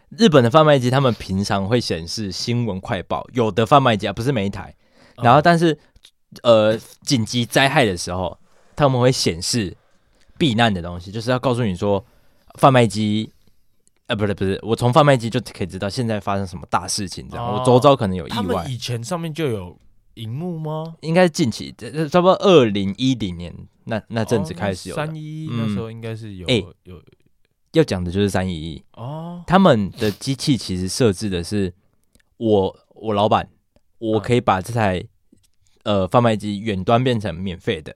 Speaker 2: 日本的贩卖机他们平常会显示新闻快报，有的贩卖机啊不是每一台，然后
Speaker 1: 啊
Speaker 2: 但是呃紧急灾害的时候，他们会显示避难的东西，就是要告诉你说贩卖机。呃，不是不是，我从贩卖机就可以知道现在发生什么大事情，这样、
Speaker 1: 哦
Speaker 2: 我周遭可能有
Speaker 1: 他
Speaker 2: 意
Speaker 1: 们
Speaker 2: 外，
Speaker 1: 以前上面就有荧幕吗？
Speaker 2: 应该是近期，这这差不多二零一零年那那阵子开始有的、
Speaker 1: 哦三一
Speaker 2: 嗯
Speaker 1: 那时候应该是有
Speaker 2: 哎
Speaker 1: 有
Speaker 2: 要讲的就是三一一，
Speaker 1: 哦
Speaker 2: 他们的机器其实设置的是我我老板，我
Speaker 1: 嗯
Speaker 2: 可以把这台、呃贩卖机远端变成免费的，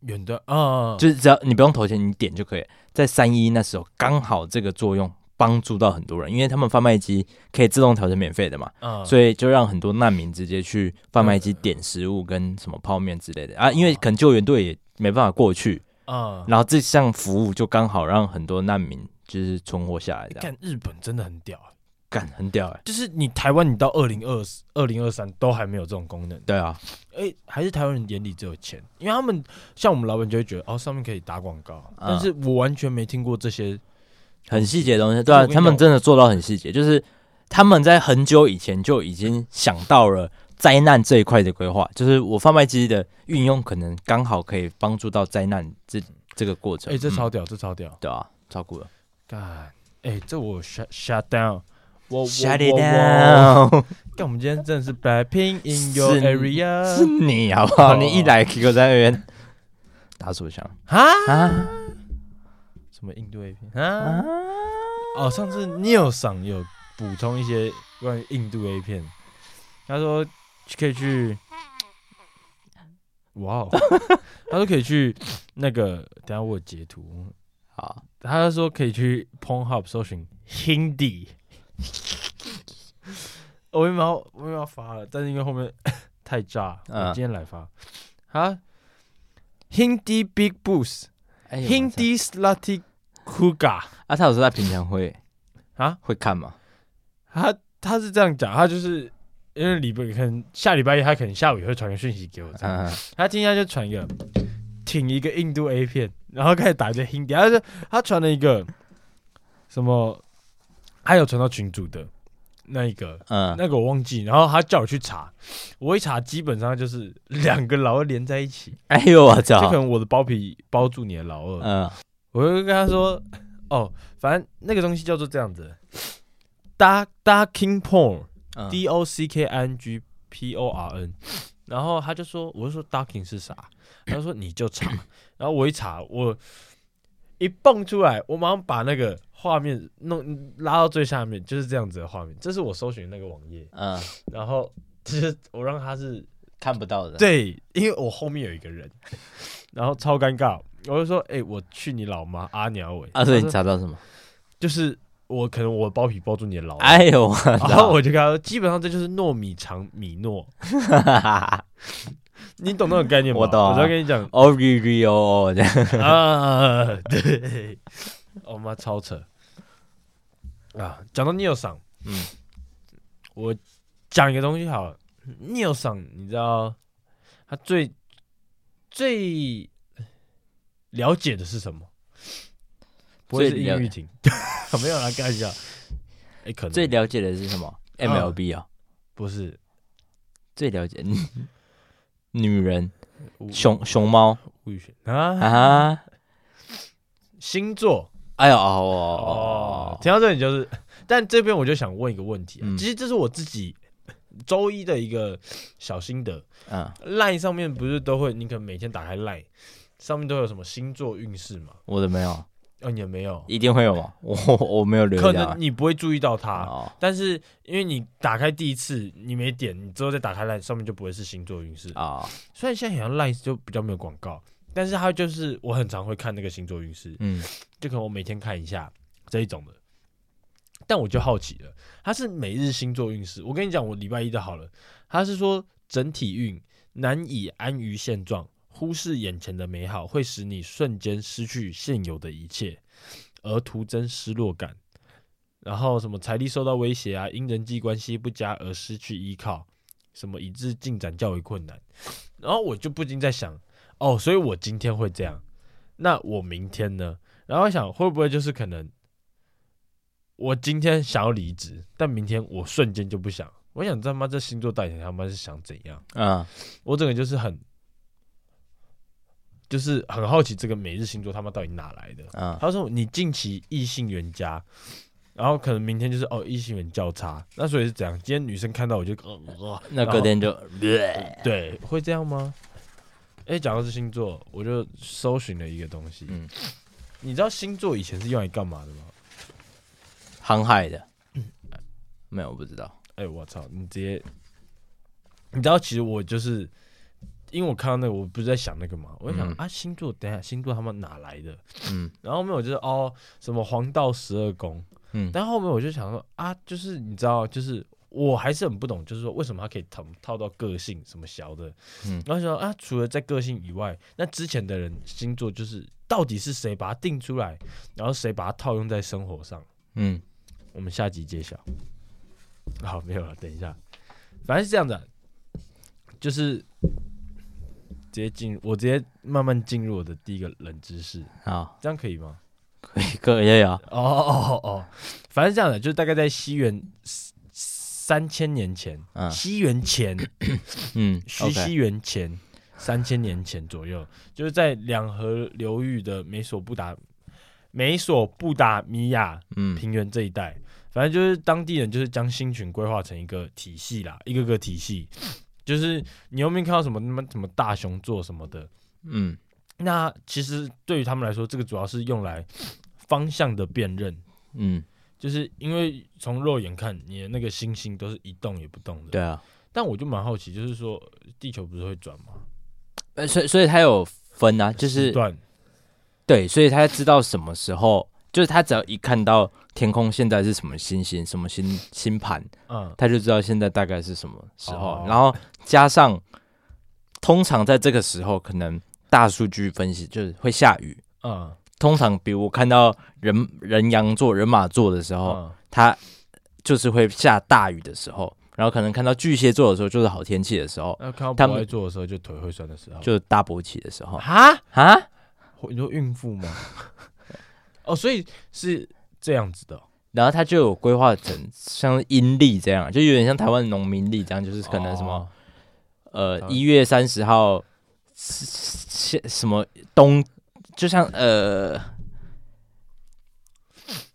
Speaker 1: 远端啊，
Speaker 2: 就是只要你不用投钱，你点就可以了。在三一那时候刚好这个作用帮助到很多人，因为他们贩卖机可以自动调成免费的嘛，
Speaker 1: 啊
Speaker 2: 所以就让很多难民直接去贩卖机点食物跟什么泡面之类的啊，因为可能救援队也没办法过去，
Speaker 1: 啊，
Speaker 2: 然后这项服务就刚好让很多难民就是存活下来的，
Speaker 1: 看日本真的很屌欸，
Speaker 2: 干很屌哎、
Speaker 1: 就是你台湾你到二零二二零二三都还没有这种功能。
Speaker 2: 对啊，
Speaker 1: 哎、还是台湾人眼里只有钱，因为他们像我们老板就会觉得哦，上面可以打广告，
Speaker 2: 嗯
Speaker 1: 但是我完全没听过这些
Speaker 2: 很细节的东西，对啊，
Speaker 1: 我跟你
Speaker 2: 他
Speaker 1: 讲
Speaker 2: 们真的做到很细节，就是他们在很久以前就已经想到了灾难这一块的规划，就是我贩卖机的运用可能刚好可以帮助到灾难这这个过程。
Speaker 1: 哎、这超哦
Speaker 2: 嗯
Speaker 1: 屌，这超屌，
Speaker 2: 对啊，超酷了。
Speaker 1: 干哎、这我 shut shut down，我我
Speaker 2: Shut
Speaker 1: 我
Speaker 2: it
Speaker 1: 我
Speaker 2: down，
Speaker 1: 干我们今天真的是 Blackpink in your
Speaker 2: 是是
Speaker 1: area
Speaker 2: 你好不好？
Speaker 1: 呃哦
Speaker 2: 你一来 Q 在那边打手枪
Speaker 1: 啊？
Speaker 2: 啊
Speaker 1: 什么印度 A 片啊？
Speaker 2: 啊！
Speaker 1: 哦，上次 Neil 上有补充一些关于印度 A 片，他说可以 去，哇哦，他说可以去那个，等一下我有截图，
Speaker 2: 好，
Speaker 1: 他说可以去 Pornhub 搜寻 Hindi。我原本要我原本要发了，但是因为后面太炸，
Speaker 2: 嗯
Speaker 1: 我今天来发。啊，Hindi Big Boost，Hindi
Speaker 2: 哎呦我操
Speaker 1: Slutty Kuga。
Speaker 2: 啊，他有时候他平常会
Speaker 1: 啊
Speaker 2: 会看吗？
Speaker 1: 他他是这样讲，他就是因为礼拜可能下礼拜一，他可能下午也会传个讯息给我，这样
Speaker 2: 嗯，
Speaker 1: 他今天就传一个挺一个印度 A 片，然后开始打一些 Hindi，他就他传了一个什么，他有传到群主的，那一个，
Speaker 2: 嗯，
Speaker 1: 那个我忘记，然后他叫我去查，我一查，基本上就是两个老二连在一起，
Speaker 2: 哎呦我
Speaker 1: 就可
Speaker 2: 操，
Speaker 1: 能我的包皮包住你的老二，
Speaker 2: 嗯
Speaker 1: 我就跟他说，哦，反正那个东西叫做这样子，d 搭 king porn，D
Speaker 2: 嗯
Speaker 1: O C K I N G P O R N，然后他就说，我就说 ducking 是啥，他就说你就查，然后我一查，我一蹦出来，我马上把那个画面弄拉到最下面，就是这样子的画面，这是我搜寻那个网页。
Speaker 2: 嗯，
Speaker 1: 然后就是我让他是
Speaker 2: 看不到的，
Speaker 1: 对，因为我后面有一个人，然后超尴尬，我就说：“哎、我去你老妈阿鸟尾。”
Speaker 2: 啊，所以
Speaker 1: 他说
Speaker 2: 你查到什么？
Speaker 1: 就是我可能我包皮包住你的老，
Speaker 2: 哎呦我
Speaker 1: 然后
Speaker 2: 操，
Speaker 1: 我就跟他说：“基本上这就是糯米肠米诺，你懂那种概念吗？”
Speaker 2: 我懂啊
Speaker 1: 我要跟你 讲
Speaker 2: 哦哩哩哦哦这样，
Speaker 1: 啊， 对，我妈超扯啊！讲到 Neil 赏，
Speaker 2: 嗯，
Speaker 1: 我讲一个东西好了，Neil 赏，你知道他最最了解的是什么？不会是
Speaker 2: 最
Speaker 1: 音
Speaker 2: 了
Speaker 1: 玉婷？ 没有啦，开玩笑。哎、可能
Speaker 2: 最了解的是什么
Speaker 1: 嗯
Speaker 2: ？MLB 啊，
Speaker 1: 不是
Speaker 2: 最了解 女人
Speaker 1: 吴
Speaker 2: 熊熊猫
Speaker 1: 吴宇轩啊，
Speaker 2: 啊，
Speaker 1: 星座
Speaker 2: 哎呦哦
Speaker 1: 哦
Speaker 2: 哦，哦，
Speaker 1: 听到这里就是， 但这边我就想问一个问题、啊，
Speaker 2: 嗯
Speaker 1: 其实这是我自己周一的一个小心得。
Speaker 2: 嗯，
Speaker 1: Line 上面不是都会，你可能每天打开 Line，上面都有什么星座运势嘛？
Speaker 2: 我的没有，
Speaker 1: 哦，你也没有，
Speaker 2: 一定会有吗？ 我我没有留
Speaker 1: 可
Speaker 2: 意到
Speaker 1: 能你不会注意到它，
Speaker 2: 哦，
Speaker 1: 但是因为你打开第一次你没点，你之后再打开 Line 上面就不会是星座运势。
Speaker 2: 啊，
Speaker 1: 虽然现在好像 Line 就比较没有广告，但是它就是我很常会看那个星座运势，
Speaker 2: 嗯
Speaker 1: 就可能我每天看一下这一种的。但我就好奇了，它是每日星座运势。我跟你讲，我礼拜一的好了，它是说整体运难以安于现状，忽视眼前的美好，会使你瞬间失去现有的一切，而徒增失落感。然后什么财力受到威胁啊，因人际关系不佳而失去依靠，什么以致进展较为困难。然后我就不禁在想，哦，所以我今天会这样，那我明天呢？然后我想会不会就是可能我今天想要离职，但明天我瞬间就不想。我想他妈这星座代言他妈是想怎样？
Speaker 2: 嗯，
Speaker 1: 我整个就是很，就是很好奇这个每日星座他妈到底哪来的？
Speaker 2: 嗯
Speaker 1: 他说你近期异性缘佳，然后可能明天就是哦异性缘较差，那所以是怎样？今天女生看到我就呃呃，
Speaker 2: 那
Speaker 1: 然后
Speaker 2: 隔天就，
Speaker 1: 对会这样吗？哎，讲到这星座，我就搜寻了一个东西。
Speaker 2: 嗯
Speaker 1: 你知道星座以前是用来干嘛的吗？
Speaker 2: 航海的，没有我不知道，
Speaker 1: 哎、我操！你直接，你知道，其实我就是因为我看到那个，我不是在想那个嘛，我就想、
Speaker 2: 嗯
Speaker 1: 啊，星座，等一下星座他们哪来的？
Speaker 2: 嗯
Speaker 1: 然后后面我就是哦，什么黄道十二宫，
Speaker 2: 嗯
Speaker 1: 但后面我就想说啊，就是你知道，就是我还是很不懂，就是说为什么它可以套套到个性什么小的，
Speaker 2: 嗯
Speaker 1: 然后想说啊，除了在个性以外，那之前的人星座就是到底是谁把它定出来，然后谁把它套用在生活上？
Speaker 2: 嗯，
Speaker 1: 我们下集揭晓。 好，没有了，等一下，反正是这样的啊，就是直接进入，我直接慢慢进入我的第一个冷知识，
Speaker 2: 嗯好，
Speaker 1: 这样可以吗？
Speaker 2: 可以可以啊，
Speaker 1: 哦哦哦哦，反正是这样的，就是大概在西元三千年前，
Speaker 2: 嗯
Speaker 1: 西元 前，
Speaker 2: 嗯
Speaker 1: 西西
Speaker 2: ，OK，
Speaker 1: 元前三千年前左右，就是在两河流域的美索不达美索不达米亚
Speaker 2: 嗯
Speaker 1: 平原这一带，反正就是当地人就是将星群规划成一个体系啦，一个个体系。就是你有没有看到什么什么什么大熊座什么的？
Speaker 2: 嗯
Speaker 1: 那其实对于他们来说，这个主要是用来方向的辨认，
Speaker 2: 嗯，
Speaker 1: 就是因为从肉眼看，你的那个星星都是一动也不动的。
Speaker 2: 对啊，
Speaker 1: 但我就蛮好奇，就是说地球不是会转吗？
Speaker 2: 呃所以所以他有分啊，就
Speaker 1: 时
Speaker 2: 是
Speaker 1: 段
Speaker 2: 对，所以他知道什么时候，就是他只要一看到天空现在是什么星星、什么星星盘，
Speaker 1: 嗯，
Speaker 2: 他就知道现在大概是什么时候。
Speaker 1: 哦
Speaker 2: 然后加上，通常在这个时候，可能大数据分析就是会下雨。
Speaker 1: 嗯
Speaker 2: 通常，比如我看到人人羊座、人马座的时候，
Speaker 1: 嗯
Speaker 2: 它就是会下大雨的时候。然后可能看到巨蟹座的时候，就是好天气的时候，
Speaker 1: 那看到
Speaker 2: 他
Speaker 1: 不
Speaker 2: 们
Speaker 1: 爱做的时候，就腿会酸的时候，
Speaker 2: 就是大勃起的时候
Speaker 1: 哈，
Speaker 2: 啊。
Speaker 1: 你说孕妇吗？哦，所以是这样子的哦、
Speaker 2: 然后他就有规划成像是阴历这样，就有点像台湾农民历这样，就是可能什
Speaker 1: 哦
Speaker 2: 么、呃
Speaker 1: 台湾
Speaker 2: 一月三十号，是是什么冬，就像呃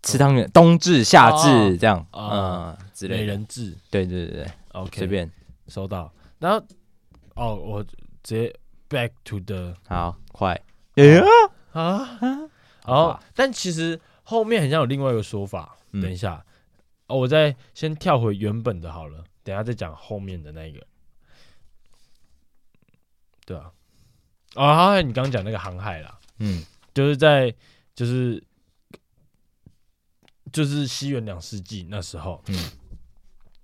Speaker 2: 池塘园冬至夏
Speaker 1: 哦
Speaker 2: 至这样，
Speaker 1: 哦
Speaker 2: 嗯之
Speaker 1: 美
Speaker 2: 类的，
Speaker 1: 人痣
Speaker 2: 对对对对，
Speaker 1: ，OK，
Speaker 2: 随便
Speaker 1: 收到。然后哦，我直接 back to the
Speaker 2: 好快，
Speaker 1: 啊，然
Speaker 2: 好
Speaker 1: 后
Speaker 2: 吧
Speaker 1: 但其实后面很像有另外一个说法，
Speaker 2: 嗯
Speaker 1: 等一下，哦，我再先跳回原本的好了，等一下再讲后面的那个。对啊，哦，还有你刚刚讲那个航海啦，
Speaker 2: 嗯
Speaker 1: 就是在就是就是西元两世纪那时候，
Speaker 2: 嗯
Speaker 1: 嗯，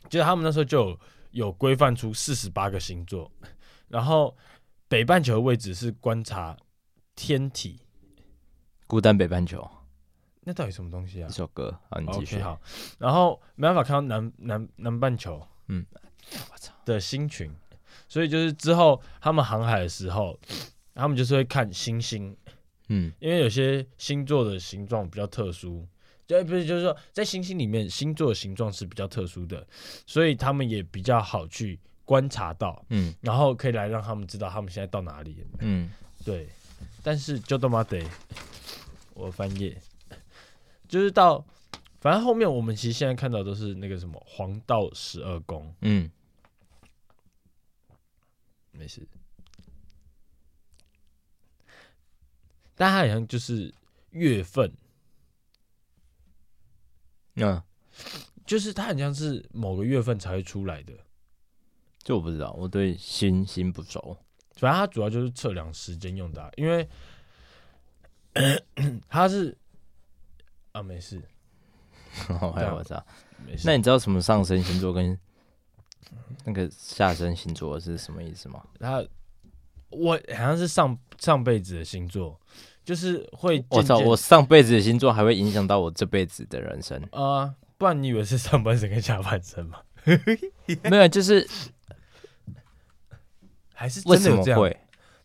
Speaker 1: 就是他们那时候就有有规范出四十八个星座，然后北半球的位置是观察天体，
Speaker 2: 孤单北半球
Speaker 1: 那到底什么东西啊
Speaker 2: 一首歌，好你继续
Speaker 1: OK，，好，然后没办法看到南南南半球
Speaker 2: 我操，
Speaker 1: 的星群，所以就是之后他们航海的时候，他们就是会看星星，
Speaker 2: 嗯
Speaker 1: 因为有些星座的形状比较特殊，就不是就是说在星星里面，星座的形状是比较特殊的，所以他们也比较好去观察到，
Speaker 2: 嗯
Speaker 1: 然后可以来让他们知道他们现在到哪里。
Speaker 2: 嗯
Speaker 1: 对，但是就他妈得我翻页，就是到反正后面我们其实现在看到都是那个什么黄道十二宫，
Speaker 2: 嗯，
Speaker 1: 没事。但它好像就是月份，
Speaker 2: 嗯，
Speaker 1: 就是它很像是某个月份才会出来的。
Speaker 2: 这我不知道，我对星星不熟，
Speaker 1: 反正它主要就是测量时间用的啊、因为 它是啊，没事
Speaker 2: 好哦
Speaker 1: 啊
Speaker 2: 还有我知道。
Speaker 1: 没事。
Speaker 2: 那你知道什么上升星座跟那个下升星座是什么意思吗？
Speaker 1: 他我好像是上上辈子的星座，就是会
Speaker 2: 我操，
Speaker 1: 渐渐？
Speaker 2: 我上辈子的星座还会影响到我这辈子的人生
Speaker 1: 啊、不然你以为是上半身跟下半身吗？
Speaker 2: 没有，就是
Speaker 1: 还是
Speaker 2: 为
Speaker 1: 真的
Speaker 2: 什
Speaker 1: 有
Speaker 2: 么
Speaker 1: 这样？
Speaker 2: 会？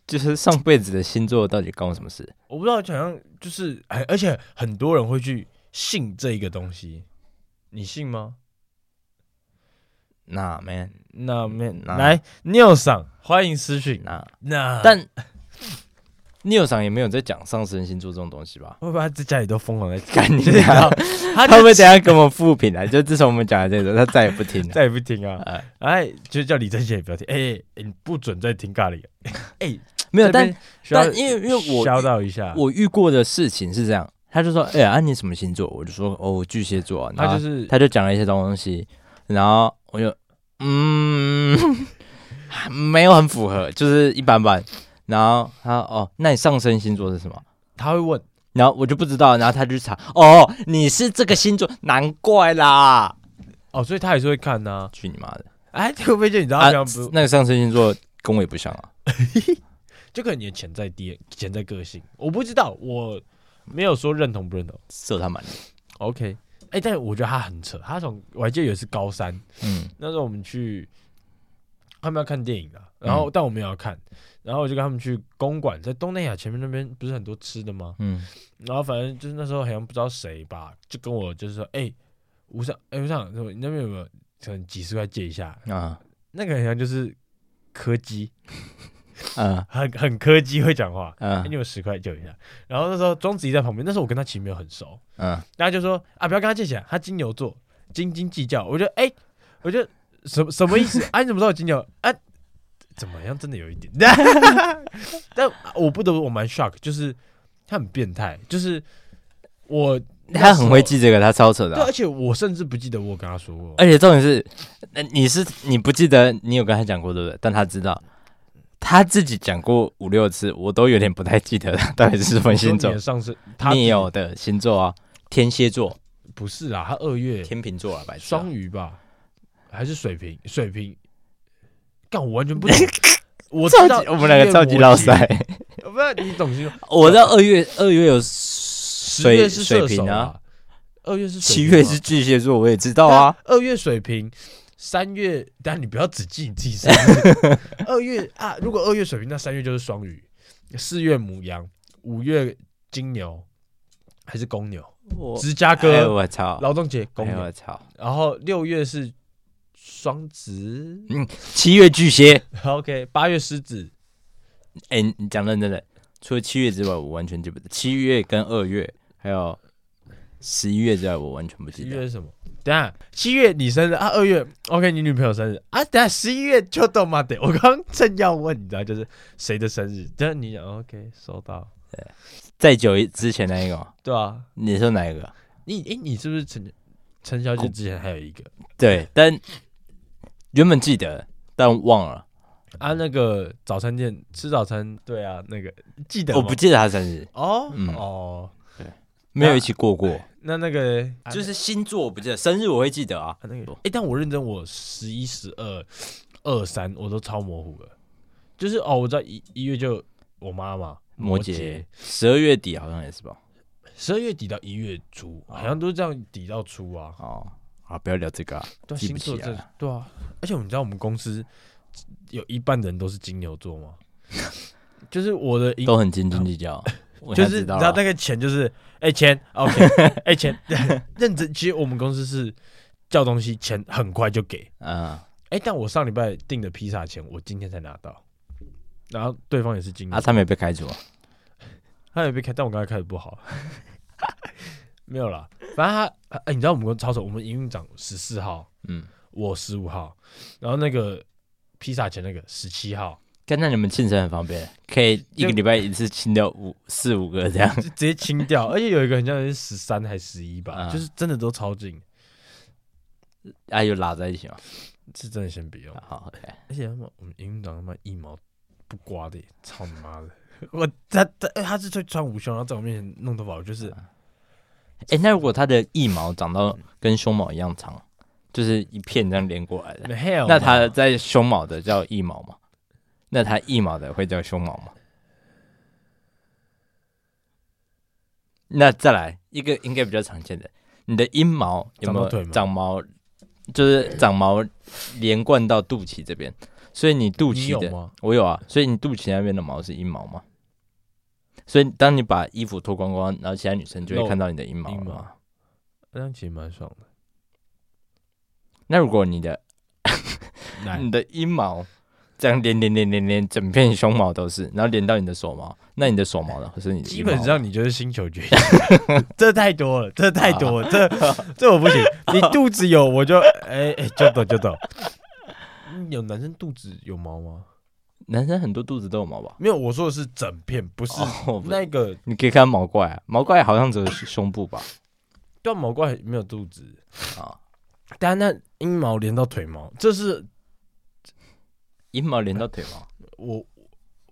Speaker 2: 就是上辈子的星座到底关我什么事？
Speaker 1: 我不知道，好像就是哎，而且很多人会去信这一个东西，你信吗？
Speaker 2: 那 man，
Speaker 1: 那面
Speaker 2: 那
Speaker 1: 来 n e i 上欢迎私讯。
Speaker 2: 那
Speaker 1: 那
Speaker 2: 但 Neil 上也没有在讲上升星座这种东西 吧？
Speaker 1: 会不会他在家里都疯狂在
Speaker 2: 干你
Speaker 1: 就是你知
Speaker 2: 啊
Speaker 1: 道！他
Speaker 2: 他会
Speaker 1: 就
Speaker 2: 不会等一下跟我们复评啊？就自从我们讲了这个，他再也不 听了。
Speaker 1: 再也不听 啊？
Speaker 2: 哎
Speaker 1: 哎，就叫李正贤也不要听，哎、哎你不准再听咖 喱。哎，
Speaker 2: 没有，
Speaker 1: 这边
Speaker 2: 但
Speaker 1: 需要
Speaker 2: 但因为因为我
Speaker 1: 消到一下，
Speaker 2: 我遇过的事情是这样，他就说：“哎、啊，你什么星座？”我就说：“哦，我巨蟹座、啊。”然
Speaker 1: 他
Speaker 2: 后
Speaker 1: 就是
Speaker 2: 他就讲了一些东西，然后我就嗯， 没有很符合，就是一般般。然后他哦，那你上升星座是什么？
Speaker 1: 他会问，
Speaker 2: 然后我就不知道，然后他就查哦，你是这个星座，难怪啦！
Speaker 1: 哦，所以他还是会看呐、
Speaker 2: 去你妈的！
Speaker 1: 哎，这个飞机你知道他
Speaker 2: 啊
Speaker 1: 平常不、，
Speaker 2: 那个上升星座跟我也不像啊。
Speaker 1: 就可能你的潜在爹、潜在个性，我不知道，我没有说认同不认同。
Speaker 2: 射他满脸。
Speaker 1: OK，哎、但我觉得他很扯，他从我还记得有一次高三
Speaker 2: 嗯
Speaker 1: 那时候我们去，他们要看电影啊，然后、但我们也要看，然后我就跟他们去公馆，在东南亚前面那边不是很多吃的吗？
Speaker 2: 嗯
Speaker 1: 然后反正就是那时候好像不知道谁吧，就跟我就是说，哎、吴尚，哎、吴尚，你那边有没有可能几十块借一下？
Speaker 2: 啊
Speaker 1: 那个好像就是柯基，
Speaker 2: 嗯
Speaker 1: 很很柯基会讲话。哎你
Speaker 2: 嗯
Speaker 1: 有十块借一下。然后那时候庄子怡在旁边，那时候我跟他其实没有很熟，
Speaker 2: 嗯，
Speaker 1: 大家就说啊，不要跟他借钱，他金牛座，斤斤计较。我觉得哎、我觉得什么什么意思？ 啊，你怎么知道我金牛？啊，怎么样？真的有一点。 但我不得不我蛮 shock，就是他很变态，就是我
Speaker 2: 他很会记这个，他超扯的啊、哎
Speaker 1: 对，而且我甚至不记得我有跟他说过。
Speaker 2: 而且重点是，呃你是你不记得你有跟他讲过对不对？但他知道，他自己讲过五六次，我都有点不太记得他 到底是什么
Speaker 1: 你说
Speaker 2: 星
Speaker 1: 你
Speaker 2: 座
Speaker 1: 的。上升，他
Speaker 2: 你有的星座啊，天蝎座、
Speaker 1: 不是啦，他二月
Speaker 2: 天秤座啊，白痴啊、
Speaker 1: 双鱼吧，还是水瓶？水瓶，干我完全 不懂。我知道，
Speaker 2: 超级我们两个超级老塞。
Speaker 1: 不是你懂星座？
Speaker 2: 我知道二月二月有
Speaker 1: 十
Speaker 2: 水
Speaker 1: 月是
Speaker 2: 水
Speaker 1: 射手
Speaker 2: 瓶啊，
Speaker 1: 啊，二月是水
Speaker 2: 七
Speaker 1: 瓶
Speaker 2: 月
Speaker 1: 吗
Speaker 2: 是巨蟹座，我也知道啊。，
Speaker 1: 但二月水瓶，三月，但你不要只记你自己生日。 二月啊，如果二月水瓶，那三月就是双鱼，四月母羊，五月金牛，还是公牛，
Speaker 2: 我
Speaker 1: 芝加
Speaker 2: 哎
Speaker 1: 哥
Speaker 2: 我操，
Speaker 1: 劳动节公
Speaker 2: 哎
Speaker 1: 牛，
Speaker 2: 我操，
Speaker 1: 然后六月是双子
Speaker 2: 七月巨蟹，
Speaker 1: ，OK，八月狮子，
Speaker 2: 哎，你你讲认真的，除了七月之外，我完全记不得，七月跟二月还有十一月之外，我完全不
Speaker 1: 七
Speaker 2: 记
Speaker 1: 月
Speaker 2: 得。
Speaker 1: 是什么？等一下七月你生日啊，二月 OK 你女朋友生日啊，等一下十一月就到嘛得，我刚刚正要问你知道就是谁的生日，但是你讲 OK 收到，
Speaker 2: 再久一之前那一个吗，
Speaker 1: 对啊，
Speaker 2: 你说哪一个？
Speaker 1: 你诶、你是不是陈陈小姐之前还有一个
Speaker 2: 对，但原本记得，但忘了，
Speaker 1: 啊？那个早餐店吃早餐，对啊，那个记得
Speaker 2: 我
Speaker 1: 吗
Speaker 2: 不记得他生日，
Speaker 1: 哦、
Speaker 2: 嗯
Speaker 1: 哦，
Speaker 2: 没有一起过过。
Speaker 1: 那那个就
Speaker 2: 就是星座我不记得，生日我会记得啊。
Speaker 1: 啊，那个，哎、但我认真，我十一、十二、二三，我都超模糊了。就是哦，我知道一一月就我妈嘛，
Speaker 2: 摩羯，十二月底好像也是吧？
Speaker 1: 十二月底到一月初，好像都是这样底到初啊。
Speaker 2: 哦，好，不要聊这个、啊。
Speaker 1: 对啊，
Speaker 2: 记
Speaker 1: 星
Speaker 2: 不
Speaker 1: 座
Speaker 2: 起来
Speaker 1: 这对啊，而且你知道我们公司有一半的人都是金牛座 吗？就是我的银
Speaker 2: 都很斤斤 计较。我
Speaker 1: 就
Speaker 2: 现在
Speaker 1: 是你
Speaker 2: 知
Speaker 1: 知
Speaker 2: 道
Speaker 1: 道
Speaker 2: 了
Speaker 1: 那个钱就是哎、钱，OK，哎、 钱，认真。其实我们公司是叫东西钱很快就给，
Speaker 2: 嗯，
Speaker 1: 哎、但我上礼拜订的披萨钱，我今天才拿到，然后对方也是金牛，
Speaker 2: 啊，他没被开除啊。
Speaker 1: 他也被开，但我刚才开的不好， 没有啦，反正他，哎、你知道我们公司超手，我们营运长十四号，
Speaker 2: 嗯，
Speaker 1: 我十五号，然后那个披萨钱那个十七号，
Speaker 2: 跟那你们庆生很方便，可以一个礼拜一次清掉五四五个这样。
Speaker 1: 就直接清掉，而且有一个很像是十三还十一吧，
Speaker 2: 嗯
Speaker 1: 就是真的都超近，
Speaker 2: 啊，有拉在一起吗？
Speaker 1: 是真的先不用。
Speaker 2: 好，OK。
Speaker 1: 而且他妈，我们营运长他妈一毛不刮的耶，操你 妈的！我他他哎他是穿穿无胸，然后在我面前弄头发，我就是
Speaker 2: 啊哎、那如果他的腋毛
Speaker 1: 嗯
Speaker 2: 长到跟胸毛一样长，就是一片这样连过来的，
Speaker 1: 没有嘛。
Speaker 2: 那他在胸毛的叫腋毛吗？那他腋毛的会叫胸毛吗？那再来一个应该比较常见的，你的阴毛有没
Speaker 1: 长到腿
Speaker 2: 有
Speaker 1: 吗
Speaker 2: 长毛？就是长毛连贯到肚脐这边，所以你肚
Speaker 1: 你
Speaker 2: 脐
Speaker 1: 有
Speaker 2: 的
Speaker 1: 吗？
Speaker 2: 我有啊，所以你肚脐那边的毛是阴毛吗？所以当你把衣服脱光光，然后其他女生就会
Speaker 1: 露
Speaker 2: 看到你的阴毛了
Speaker 1: 阴毛
Speaker 2: 嘛。
Speaker 1: 那样其实蛮爽 的。
Speaker 2: 那如果你的
Speaker 1: 来，
Speaker 2: 你的阴毛这样连连连连连，整片胸毛都是，然后连到你的手毛，那你的手毛呢？或是你的
Speaker 1: 哎基
Speaker 2: 阴毛啊
Speaker 1: 本上你就是星球崛起， 这太多了，这太多了，这
Speaker 2: 啊
Speaker 1: 这我不行。你肚子有我就哎哎就懂就懂。
Speaker 2: 嗯
Speaker 1: 有男生肚子有毛吗？
Speaker 2: 男生很多肚子都有毛吧？
Speaker 1: 没有，我说的是整片，不是
Speaker 2: 哦，不
Speaker 1: 那个
Speaker 2: 你可以看毛怪、啊，毛怪好像只有胸部吧？
Speaker 1: 断毛怪没有肚子
Speaker 2: 啊，
Speaker 1: 但那阴毛连到腿毛，这是
Speaker 2: 阴毛连到腿毛，
Speaker 1: 我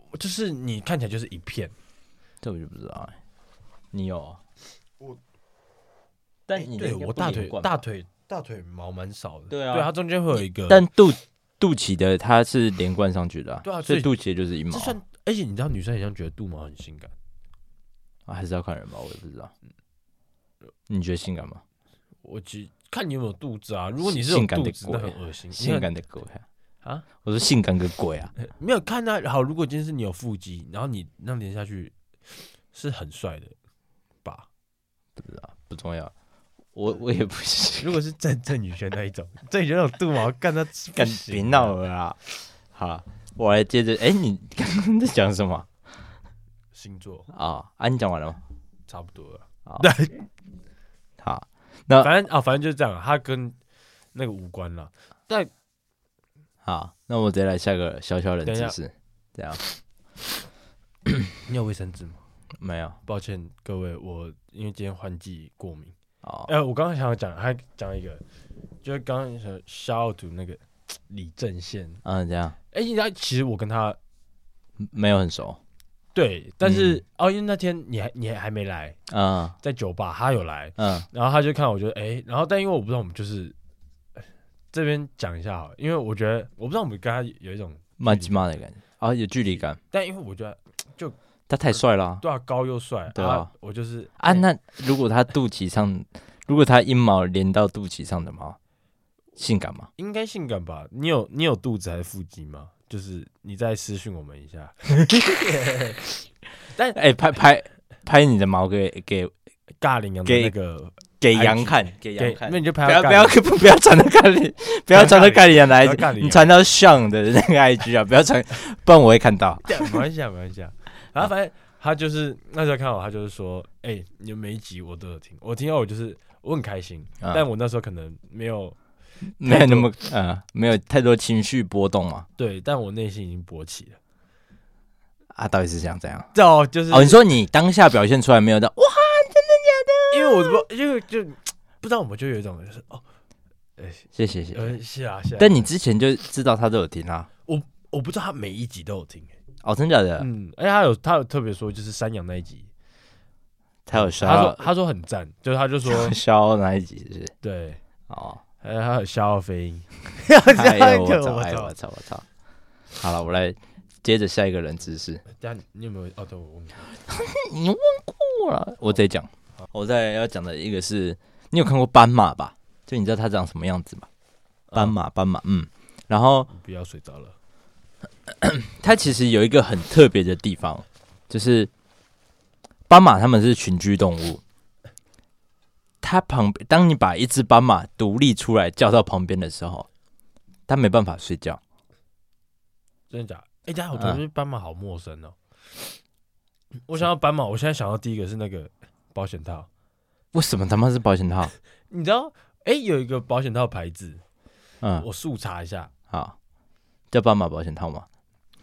Speaker 1: 我就是你看起来就是一片，
Speaker 2: 这我就不知道哎、你有、啊？我，但你的
Speaker 1: 哎对
Speaker 2: 应该
Speaker 1: 我
Speaker 2: 不
Speaker 1: 大
Speaker 2: 连
Speaker 1: 腿
Speaker 2: 贯吧
Speaker 1: 大腿大腿毛蛮少的，
Speaker 2: 对啊
Speaker 1: 对它中间会有一个，
Speaker 2: 但肚肚脐的它是连贯上去的、
Speaker 1: 对啊
Speaker 2: 所
Speaker 1: 所
Speaker 2: 以
Speaker 1: 以
Speaker 2: 肚脐就是阴毛
Speaker 1: 这
Speaker 2: 啊、
Speaker 1: 算，而且你知道女生好像觉得肚毛很性感，
Speaker 2: 啊，还是要看人吧，我也不知道。
Speaker 1: 嗯
Speaker 2: 你觉得性感吗？
Speaker 1: 我其看你有没有肚子啊，如果你是有
Speaker 2: 性感的
Speaker 1: 肚子，那
Speaker 2: 鬼
Speaker 1: 很恶心，
Speaker 2: 性感的狗呀、
Speaker 1: 啊，
Speaker 2: 我说性感个鬼啊！
Speaker 1: 你看没有看到、好，如果今天是你有腹肌，然后你那样连下去是很帅的吧？
Speaker 2: 不知道，不重要。我我也不行，
Speaker 1: 如果是郑郑宇轩那一种，郑宇轩那种肚毛，干他
Speaker 2: 干别闹了啦！好啦，我来接着。哎、你刚刚在讲什么
Speaker 1: 星座
Speaker 2: 啊？啊，你讲完了吗？
Speaker 1: 差不多了。
Speaker 2: 好
Speaker 1: 对，
Speaker 2: 好，
Speaker 1: 反正啊，反正就是这样，它跟那个无关了。
Speaker 2: 好，那我直接来下个小小冷
Speaker 1: 等一
Speaker 2: 知
Speaker 1: 下
Speaker 2: 识。这样
Speaker 1: 你有卫生纸吗？
Speaker 2: 没有
Speaker 1: 抱歉各位，我因为今天换季过敏。
Speaker 2: 哦，
Speaker 1: 哎、我刚刚想要讲，还讲一个，就是刚刚想 shout out to 那个李正宪。
Speaker 2: 嗯，这样
Speaker 1: 哎、你知道，其实我跟他
Speaker 2: 没有很熟。
Speaker 1: 对，但是、哦，因为那天你还你还没来，
Speaker 2: 嗯
Speaker 1: 在酒吧他有来，
Speaker 2: 嗯
Speaker 1: 然后他就看我觉得哎、然后但因为我不知道我们就是呃这边讲一下好了，因为我觉得我不知道我们跟他有一种，
Speaker 2: 慢鸡妈的感觉啊，有距离感。
Speaker 1: 但因为我觉得
Speaker 2: 他太帅了啊
Speaker 1: 对啊高又帅，
Speaker 2: 对啊
Speaker 1: 我就是
Speaker 2: 啊！那如果他肚脐上，如果他阴毛连到肚脐上的毛，性感吗？
Speaker 1: 应该性感吧？你有你有肚子还是腹肌吗？就是你再私讯我们一下，
Speaker 2: 哎、拍拍拍你的毛给给
Speaker 1: 尬领养的
Speaker 2: 给
Speaker 1: 那个，
Speaker 2: 给
Speaker 1: IG
Speaker 2: 杨看，给杨
Speaker 1: 给
Speaker 2: 看
Speaker 1: 那。你就拍
Speaker 2: 不要
Speaker 1: 到
Speaker 2: 不
Speaker 1: 尬
Speaker 2: 要
Speaker 1: 领
Speaker 2: 不不要传到咖喱，不要传到咖喱的 IG，你
Speaker 1: 啊
Speaker 2: 传到像的那个 IG 啊，不要传，不然我会看到。
Speaker 1: 没关系啊，没关系啊。然后反正他就是那时候看我，他就是说，哎、你们每一集我都有听，我听到我就是我很开心，
Speaker 2: 嗯
Speaker 1: 但我那时候可能没有
Speaker 2: 没有那么呃，没有太多情绪波动嘛。
Speaker 1: 对，但我内心已经勃起了。
Speaker 2: 啊，到底是想怎样？
Speaker 1: 哦，就是、
Speaker 2: 哦，你说你当下表现出来没有哦的，哇，
Speaker 1: 因为我不因为就不知道，我们就有一种就是哦，
Speaker 2: 谢谢谢谢。
Speaker 1: 呃，是啊是啊。
Speaker 2: 但你之前就知道他都有听啊？
Speaker 1: 我不知道他每一集都有听、欸
Speaker 2: 哦，真假的？
Speaker 1: 嗯，而且他有他有特别说，就是山羊那一集，
Speaker 2: 他有
Speaker 1: 他说
Speaker 2: 消
Speaker 1: 他说很赞，就是他就说
Speaker 2: 消哪一集是不是？
Speaker 1: 对，
Speaker 2: 哦，
Speaker 1: 还有他有消耗飞鹰， 这
Speaker 2: 哎
Speaker 1: 样
Speaker 2: 呦我
Speaker 1: 可
Speaker 2: 操！
Speaker 1: 我
Speaker 2: 哎呦
Speaker 1: 操
Speaker 2: 我操！我操！好了，我来接着下一个人知识。
Speaker 1: 等一下你有没有？哦，对，我忘记了
Speaker 2: 你问过了，我再讲。我再要讲的一个是，你有看过斑马吧？就你知道它长什么样子吗？斑马，斑马，嗯。然后
Speaker 1: 你不要睡着了。
Speaker 2: 它其实有一个很特别的地方，就是斑马它们是群居动物。它旁边，当你把一只斑马独立出来叫到旁边的时候，它没办法睡觉。
Speaker 1: 真的假的？哎、大家，我
Speaker 2: 嗯
Speaker 1: 觉得斑马好陌生哦。我想要斑马，我现在想到第一个是那个保险套，
Speaker 2: 为什么他妈是保险套？
Speaker 1: 你知道？哎、有一个保险套牌子，
Speaker 2: 嗯，
Speaker 1: 我速查一下，
Speaker 2: 好，啊叫斑马保险套吗？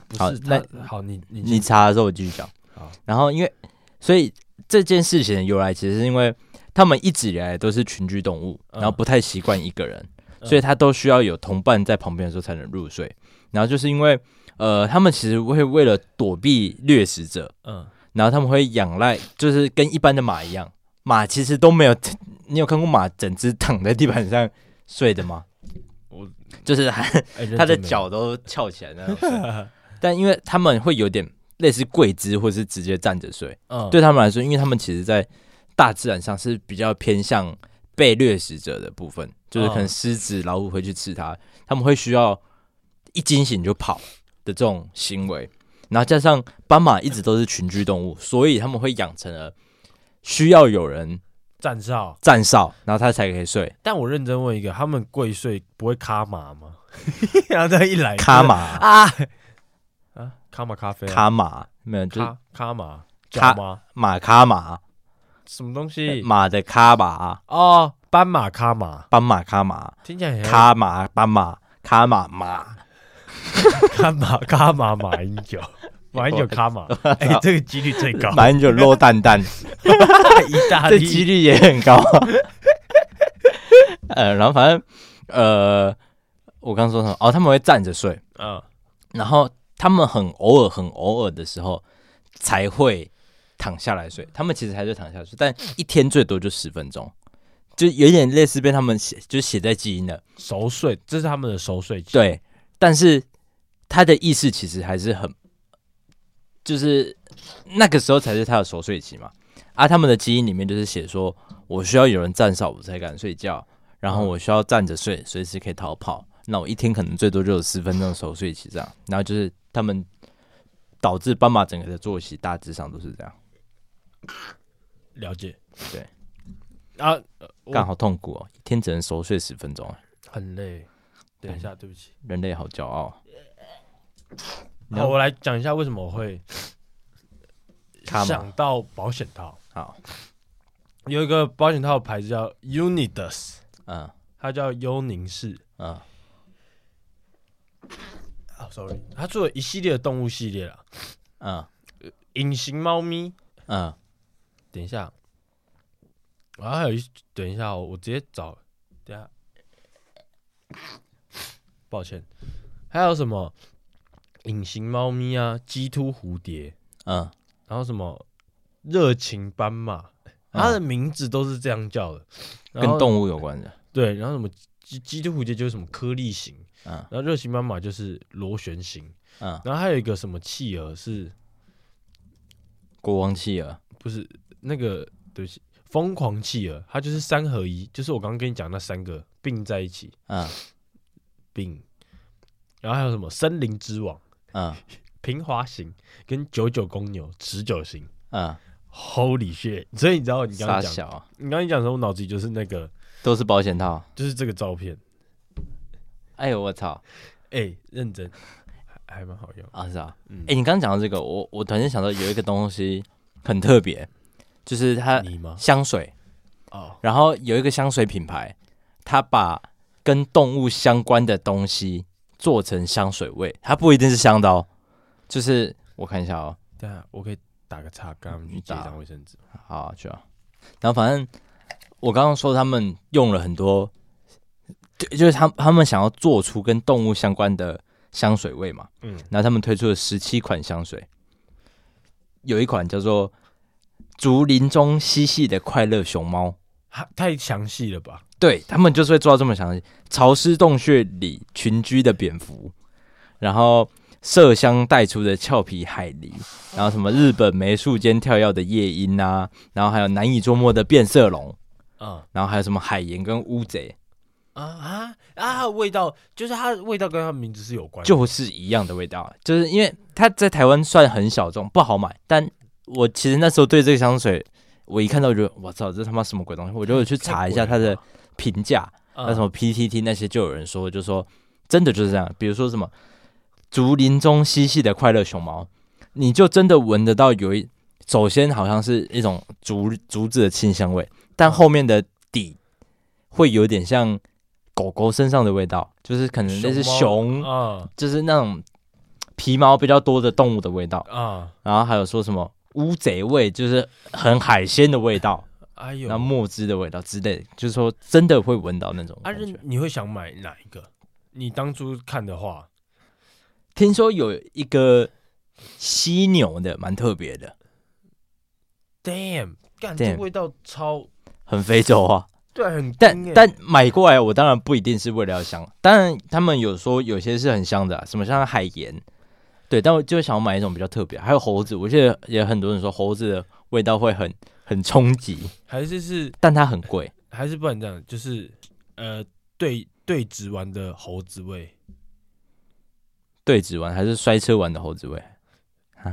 Speaker 1: 不
Speaker 2: 好
Speaker 1: 是
Speaker 2: 那
Speaker 1: 它好，你你
Speaker 2: 你查的时候我继续讲
Speaker 1: 好。
Speaker 2: 然后因为所以这件事情的由来，其实是因为他们一直以来都是群居动物，
Speaker 1: 嗯
Speaker 2: 然后不太习惯一个人，
Speaker 1: 嗯
Speaker 2: 所以他都需要有同伴在旁边的时候才能入睡。然后就是因为呃，他们其实会为了躲避掠食者，
Speaker 1: 嗯，
Speaker 2: 然后他们会仰赖，就是跟一般的马一样，马其实都没有。 你有看过马整只躺在地板上睡的吗？
Speaker 1: 我
Speaker 2: 就是还
Speaker 1: 哎认真
Speaker 2: 他的
Speaker 1: 没有
Speaker 2: 脚都翘起来 那种。但因为他们会有点类似跪姿，或是直接站着睡，
Speaker 1: 嗯
Speaker 2: 对他们来说，因为他们其实，在大自然上是比较偏向被掠食者的部分，就是可能
Speaker 1: 嗯
Speaker 2: 狮子、老虎会去吃它，他们会需要一惊醒就跑的这种行为。然后加上斑马一直都是群居动物，所以他们会养成了需要有人
Speaker 1: 站哨。
Speaker 2: 站哨，然后它才可以睡。
Speaker 1: 但我认真问一个，他们跪睡不会卡马吗？ 然后这样一来
Speaker 2: 卡马，
Speaker 1: 啊啊，卡马咖啡啊、
Speaker 2: 卡马，没有，就是
Speaker 1: 卡卡马
Speaker 2: 卡
Speaker 1: 脚吗？
Speaker 2: 马卡马，
Speaker 1: 什么东西？
Speaker 2: 马的卡马。
Speaker 1: 哦，斑马卡马，
Speaker 2: 斑马、卡马、
Speaker 1: 听起来很像
Speaker 2: 卡马、斑马、卡马马，
Speaker 1: 卡马卡马马英 九，马英九卡马，哎、这个几率最高，
Speaker 2: 马英九落蛋蛋，
Speaker 1: 意大
Speaker 2: 这几
Speaker 1: 利
Speaker 2: 率也很高。呃，然后反正呃，我刚说什么？哦，他们会站着睡，
Speaker 1: 嗯，
Speaker 2: 然后他们很偶尔、很偶尔的时候才会躺下来睡。他们其实还是躺下来睡，但一天最多就十分钟，就有点类似被他们写，就写在基因的。
Speaker 1: 熟睡，这是他们的熟睡期，
Speaker 2: 对，但是他的意识其实还是很，就是那个时候才是他的熟睡期嘛。啊，他们的基因里面就是写说，我需要有人站哨我才敢睡觉，然后我需要站着睡，随时可以逃跑。那我一天可能最多就有十分钟的熟睡期这样。然后就是他们导致斑马整个的作息大致上都是这样，
Speaker 1: 了解，
Speaker 2: 对，
Speaker 1: 啊，呃我
Speaker 2: 干好痛苦哦，一天只能熟睡十分钟，
Speaker 1: 很累，等一下，对不起，
Speaker 2: 人类好骄傲。嗯
Speaker 1: 好，我来讲一下为什么我会
Speaker 2: 卡马
Speaker 1: 想到保险套，
Speaker 2: 好，
Speaker 1: 有一个保险套的牌子叫 Unidas，
Speaker 2: 嗯
Speaker 1: 它叫幽宁氏。
Speaker 2: 嗯
Speaker 1: 啊、s o r r y 它做了一系列的动物系列啦，
Speaker 2: 嗯
Speaker 1: 隐形猫咪。
Speaker 2: 嗯，
Speaker 1: 等一下，然后还有一，等一下哦，我直接找，等一下，抱歉，还有什么隐形猫咪啊，鸡突蝴蝶，
Speaker 2: 嗯，
Speaker 1: 然后什么热情斑马，它的名字都是这样叫的，然后
Speaker 2: 跟动物有关的。
Speaker 1: 对，然后什么鸡鸡突蝴蝶就是什么颗粒型，
Speaker 2: 嗯
Speaker 1: 然后热情斑马就是螺旋形，
Speaker 2: 嗯，
Speaker 1: 然后还有一个什么企鹅是
Speaker 2: 国王企鹅，
Speaker 1: 不是那个对不起，疯狂企鹅，它就是三合一，就是我刚刚跟你讲那三个并在一起
Speaker 2: 嗯
Speaker 1: 并，然后还有什么森林之王、
Speaker 2: 嗯
Speaker 1: 平滑型跟九九公牛持久型，
Speaker 2: 嗯，
Speaker 1: Holy shit！所以你知道你刚
Speaker 2: 傻
Speaker 1: 刚讲，
Speaker 2: 小啊，
Speaker 1: 你刚刚讲的时候，我脑子里就是那个，
Speaker 2: 都是保险套。
Speaker 1: 就是这个照片。
Speaker 2: 哎呦我操
Speaker 1: 哎、认真，还还蛮好用。
Speaker 2: 啊是啊，
Speaker 1: 嗯，
Speaker 2: 哎、你刚刚讲到这个，我我突然间想到有一个东西很特别，就是它
Speaker 1: 你吗？
Speaker 2: 香水，
Speaker 1: 哦，
Speaker 2: 然后有一个香水品牌，它把跟动物相关的东西做成香水味，它不一定是香的哦，就是我看一下哦，
Speaker 1: 等一下我可以打个叉，跟他们去借一张卫生纸吗。
Speaker 2: 好啊去啊，然后反正我刚刚说他们用了很多，就就是他他们想要做出跟动物相关的香水味嘛，
Speaker 1: 嗯，
Speaker 2: 然后他们推出了十七款香水，有一款叫做竹林中嬉戏的快乐熊猫。
Speaker 1: 哈太详细了吧？
Speaker 2: 对他们就是会做到这么详细。潮湿洞穴里群居的蝙蝠，然后麝香带出的俏皮海狸，然后什么日本梅树间跳跃的夜莺啊，然后还有难以捉摸的变色龙，
Speaker 1: 嗯
Speaker 2: 然后还有什么海盐跟乌贼，
Speaker 1: 啊啊啊！它的味道就是它的味道跟它的名字是有关的。
Speaker 2: 就是一样的味道。啊就是因为它在台湾算很小众，不好买，但我其实那时候对这个香水。我一看到我就觉得，我操，这他妈什么鬼东西！我就有去查一下它的评价，那
Speaker 1: 那
Speaker 2: 什么 PTT 那些就有人说，就说真的就是这样。比如说什么竹林中嬉戏的快乐熊猫，你就真的闻得到有一，首先好像是一种竹竹子的清香味，但后面的底会有点像狗狗身上的味道，就是可能类似熊，
Speaker 1: 啊
Speaker 2: 就是那种皮毛比较多的动物的味道。
Speaker 1: 啊！
Speaker 2: 然后还有说什么乌贼味，就是很海鲜的味道，
Speaker 1: 哎呦，
Speaker 2: 然后墨汁的味道之类的，就是说真的会闻到那种
Speaker 1: 啊，
Speaker 2: 感觉。
Speaker 1: 认你会想买哪一个？你当初看的话，
Speaker 2: 听说有一个犀牛的，蛮特别的，
Speaker 1: Damn，干
Speaker 2: Damn
Speaker 1: 这味道超
Speaker 2: 很非洲啊。
Speaker 1: 对，很
Speaker 2: 但
Speaker 1: 惊欸
Speaker 2: 但买过来，我当然不一定是为了要香，当然他们有说有些是很香的啊、什么像海盐，对，但我就想要买一种比较特别。还有猴子，我记得也很多人说猴子的味道会很很冲击，
Speaker 1: 还是是
Speaker 2: 但它很贵。
Speaker 1: 还是不能这样，就是呃对对植完的猴子味，
Speaker 2: 对指纹还是摔车玩的猴子味？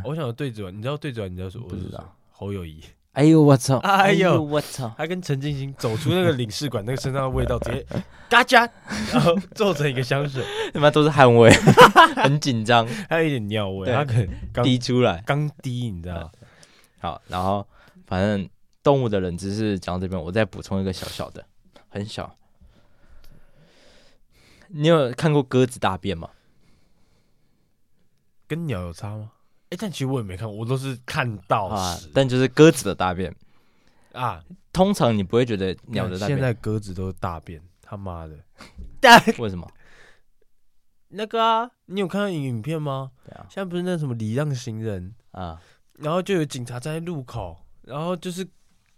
Speaker 1: 我想对植完，你知道对植完你知道什么？
Speaker 2: 不知
Speaker 1: 我
Speaker 2: 道
Speaker 1: 是说侯友谊，
Speaker 2: 哎呦我操！
Speaker 1: 哎呦
Speaker 2: 我操！
Speaker 1: 他跟陈进兴走出那个领事馆，那个身上的味道直接 嘎吱，啊然后做成一个香水，
Speaker 2: 他妈都是汗味， 很紧张，
Speaker 1: 还有一点尿味，
Speaker 2: 对
Speaker 1: 他可能刚
Speaker 2: 滴出来。
Speaker 1: 刚滴，你知道吗？
Speaker 2: 好，然后反正动物的冷知识讲到这边，我再补充一个小小的，很小。你有看过鸽子大便吗？
Speaker 1: 跟鸟有差吗？哎，但其实我也没看，我都是看到
Speaker 2: 啊
Speaker 1: 屎，
Speaker 2: 但就是鸽子的大便，
Speaker 1: 啊，
Speaker 2: 通常你不会觉得鸟的大
Speaker 1: 现
Speaker 2: 便，
Speaker 1: 在鸽子都是大便，他妈的！
Speaker 2: 为什么？
Speaker 1: 那个啊，你有看到影片吗？
Speaker 2: 对啊，
Speaker 1: 现在不是那什么礼让行人，
Speaker 2: 啊，
Speaker 1: 然后就有警察站在路口，然后就是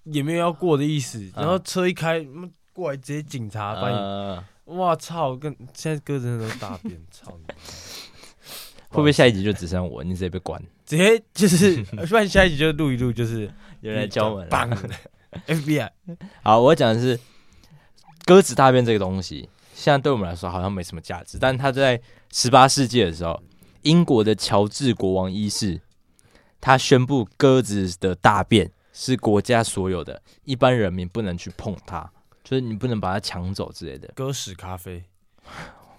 Speaker 1: 也没有要过的意思，
Speaker 2: 啊
Speaker 1: 然后车一开，嗯过来直接警察把你，
Speaker 2: 呃
Speaker 1: 哇操！跟现在鸽子真的都大便，操你妈！
Speaker 2: 会不会下一集就只剩我，你直接被关？
Speaker 1: 直接 就是，不然下一集就录一录，就是
Speaker 2: 有人来敲门了。
Speaker 1: 棒 FBI
Speaker 2: 好，我讲的是鸽子大便这个东西，现在对我们来说好像没什么价值，但它在十八世纪的时候，英国的乔治国王一世，他宣布鸽子的大便是国家所有的，一般人民不能去碰它，就是你不能把它抢走之类的，
Speaker 1: 鸽屎咖啡，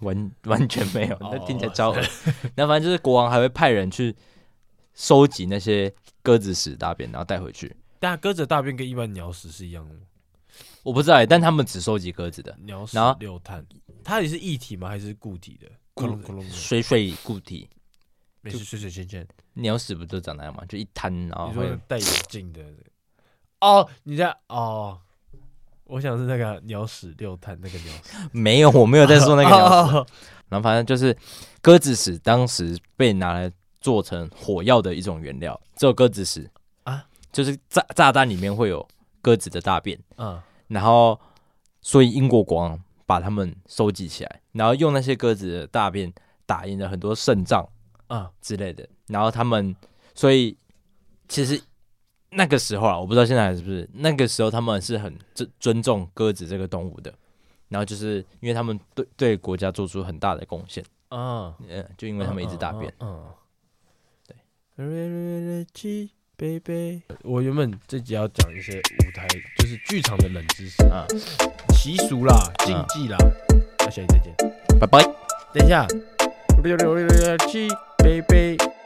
Speaker 2: 完完全没有，
Speaker 1: 哦
Speaker 2: 那听起来超恶。那反正就是国王还会派人去收集那些鸽子屎大便，然后带回去。
Speaker 1: 但鸽子的大便跟一般鸟屎是一样的吗，
Speaker 2: 我不知道欸，但他们只收集鸽子的，
Speaker 1: 鸟屎
Speaker 2: 然后
Speaker 1: 六碳，它也是液体吗？还是固体的？咕隆咕隆的，
Speaker 2: 水水固体。
Speaker 1: 没事，水水仙仙。
Speaker 2: 鸟屎不就长那样嘛，就一滩，然后
Speaker 1: 你
Speaker 2: 哦会
Speaker 1: 说戴眼镜的哦，你在哦，我想是那个鸟屎六碳那个鸟屎，
Speaker 2: 没有，我没有在说那个鸟屎。
Speaker 1: 哦
Speaker 2: 然后反正就是鸽子屎，当时被拿来做成火药的一种原料，只有鸽子屎
Speaker 1: 啊，
Speaker 2: 就是炸炸弹里面会有鸽子的大便，
Speaker 1: 嗯，
Speaker 2: 然后所以英国国王把它们收集起来，然后用那些鸽子的大便打赢了很多胜仗
Speaker 1: 啊
Speaker 2: 之类的，然后他们所以其实。那个时候啊，我不知道现在还是不是。那个时候他们是很尊尊重鸽子这个动物的，然后就是因为他们对对国家做出很大的贡献，呃
Speaker 1: 啊，嗯
Speaker 2: 嗯，就因为他们一直大便。
Speaker 1: 嗯，对。 ，baby。我原本这集要讲一些舞台，就是剧场的冷知识、
Speaker 2: 嗯，
Speaker 1: 习俗啦、禁忌啦。那下期再见。
Speaker 2: 嗯拜拜。
Speaker 1: 等一下，六六六六七，baby。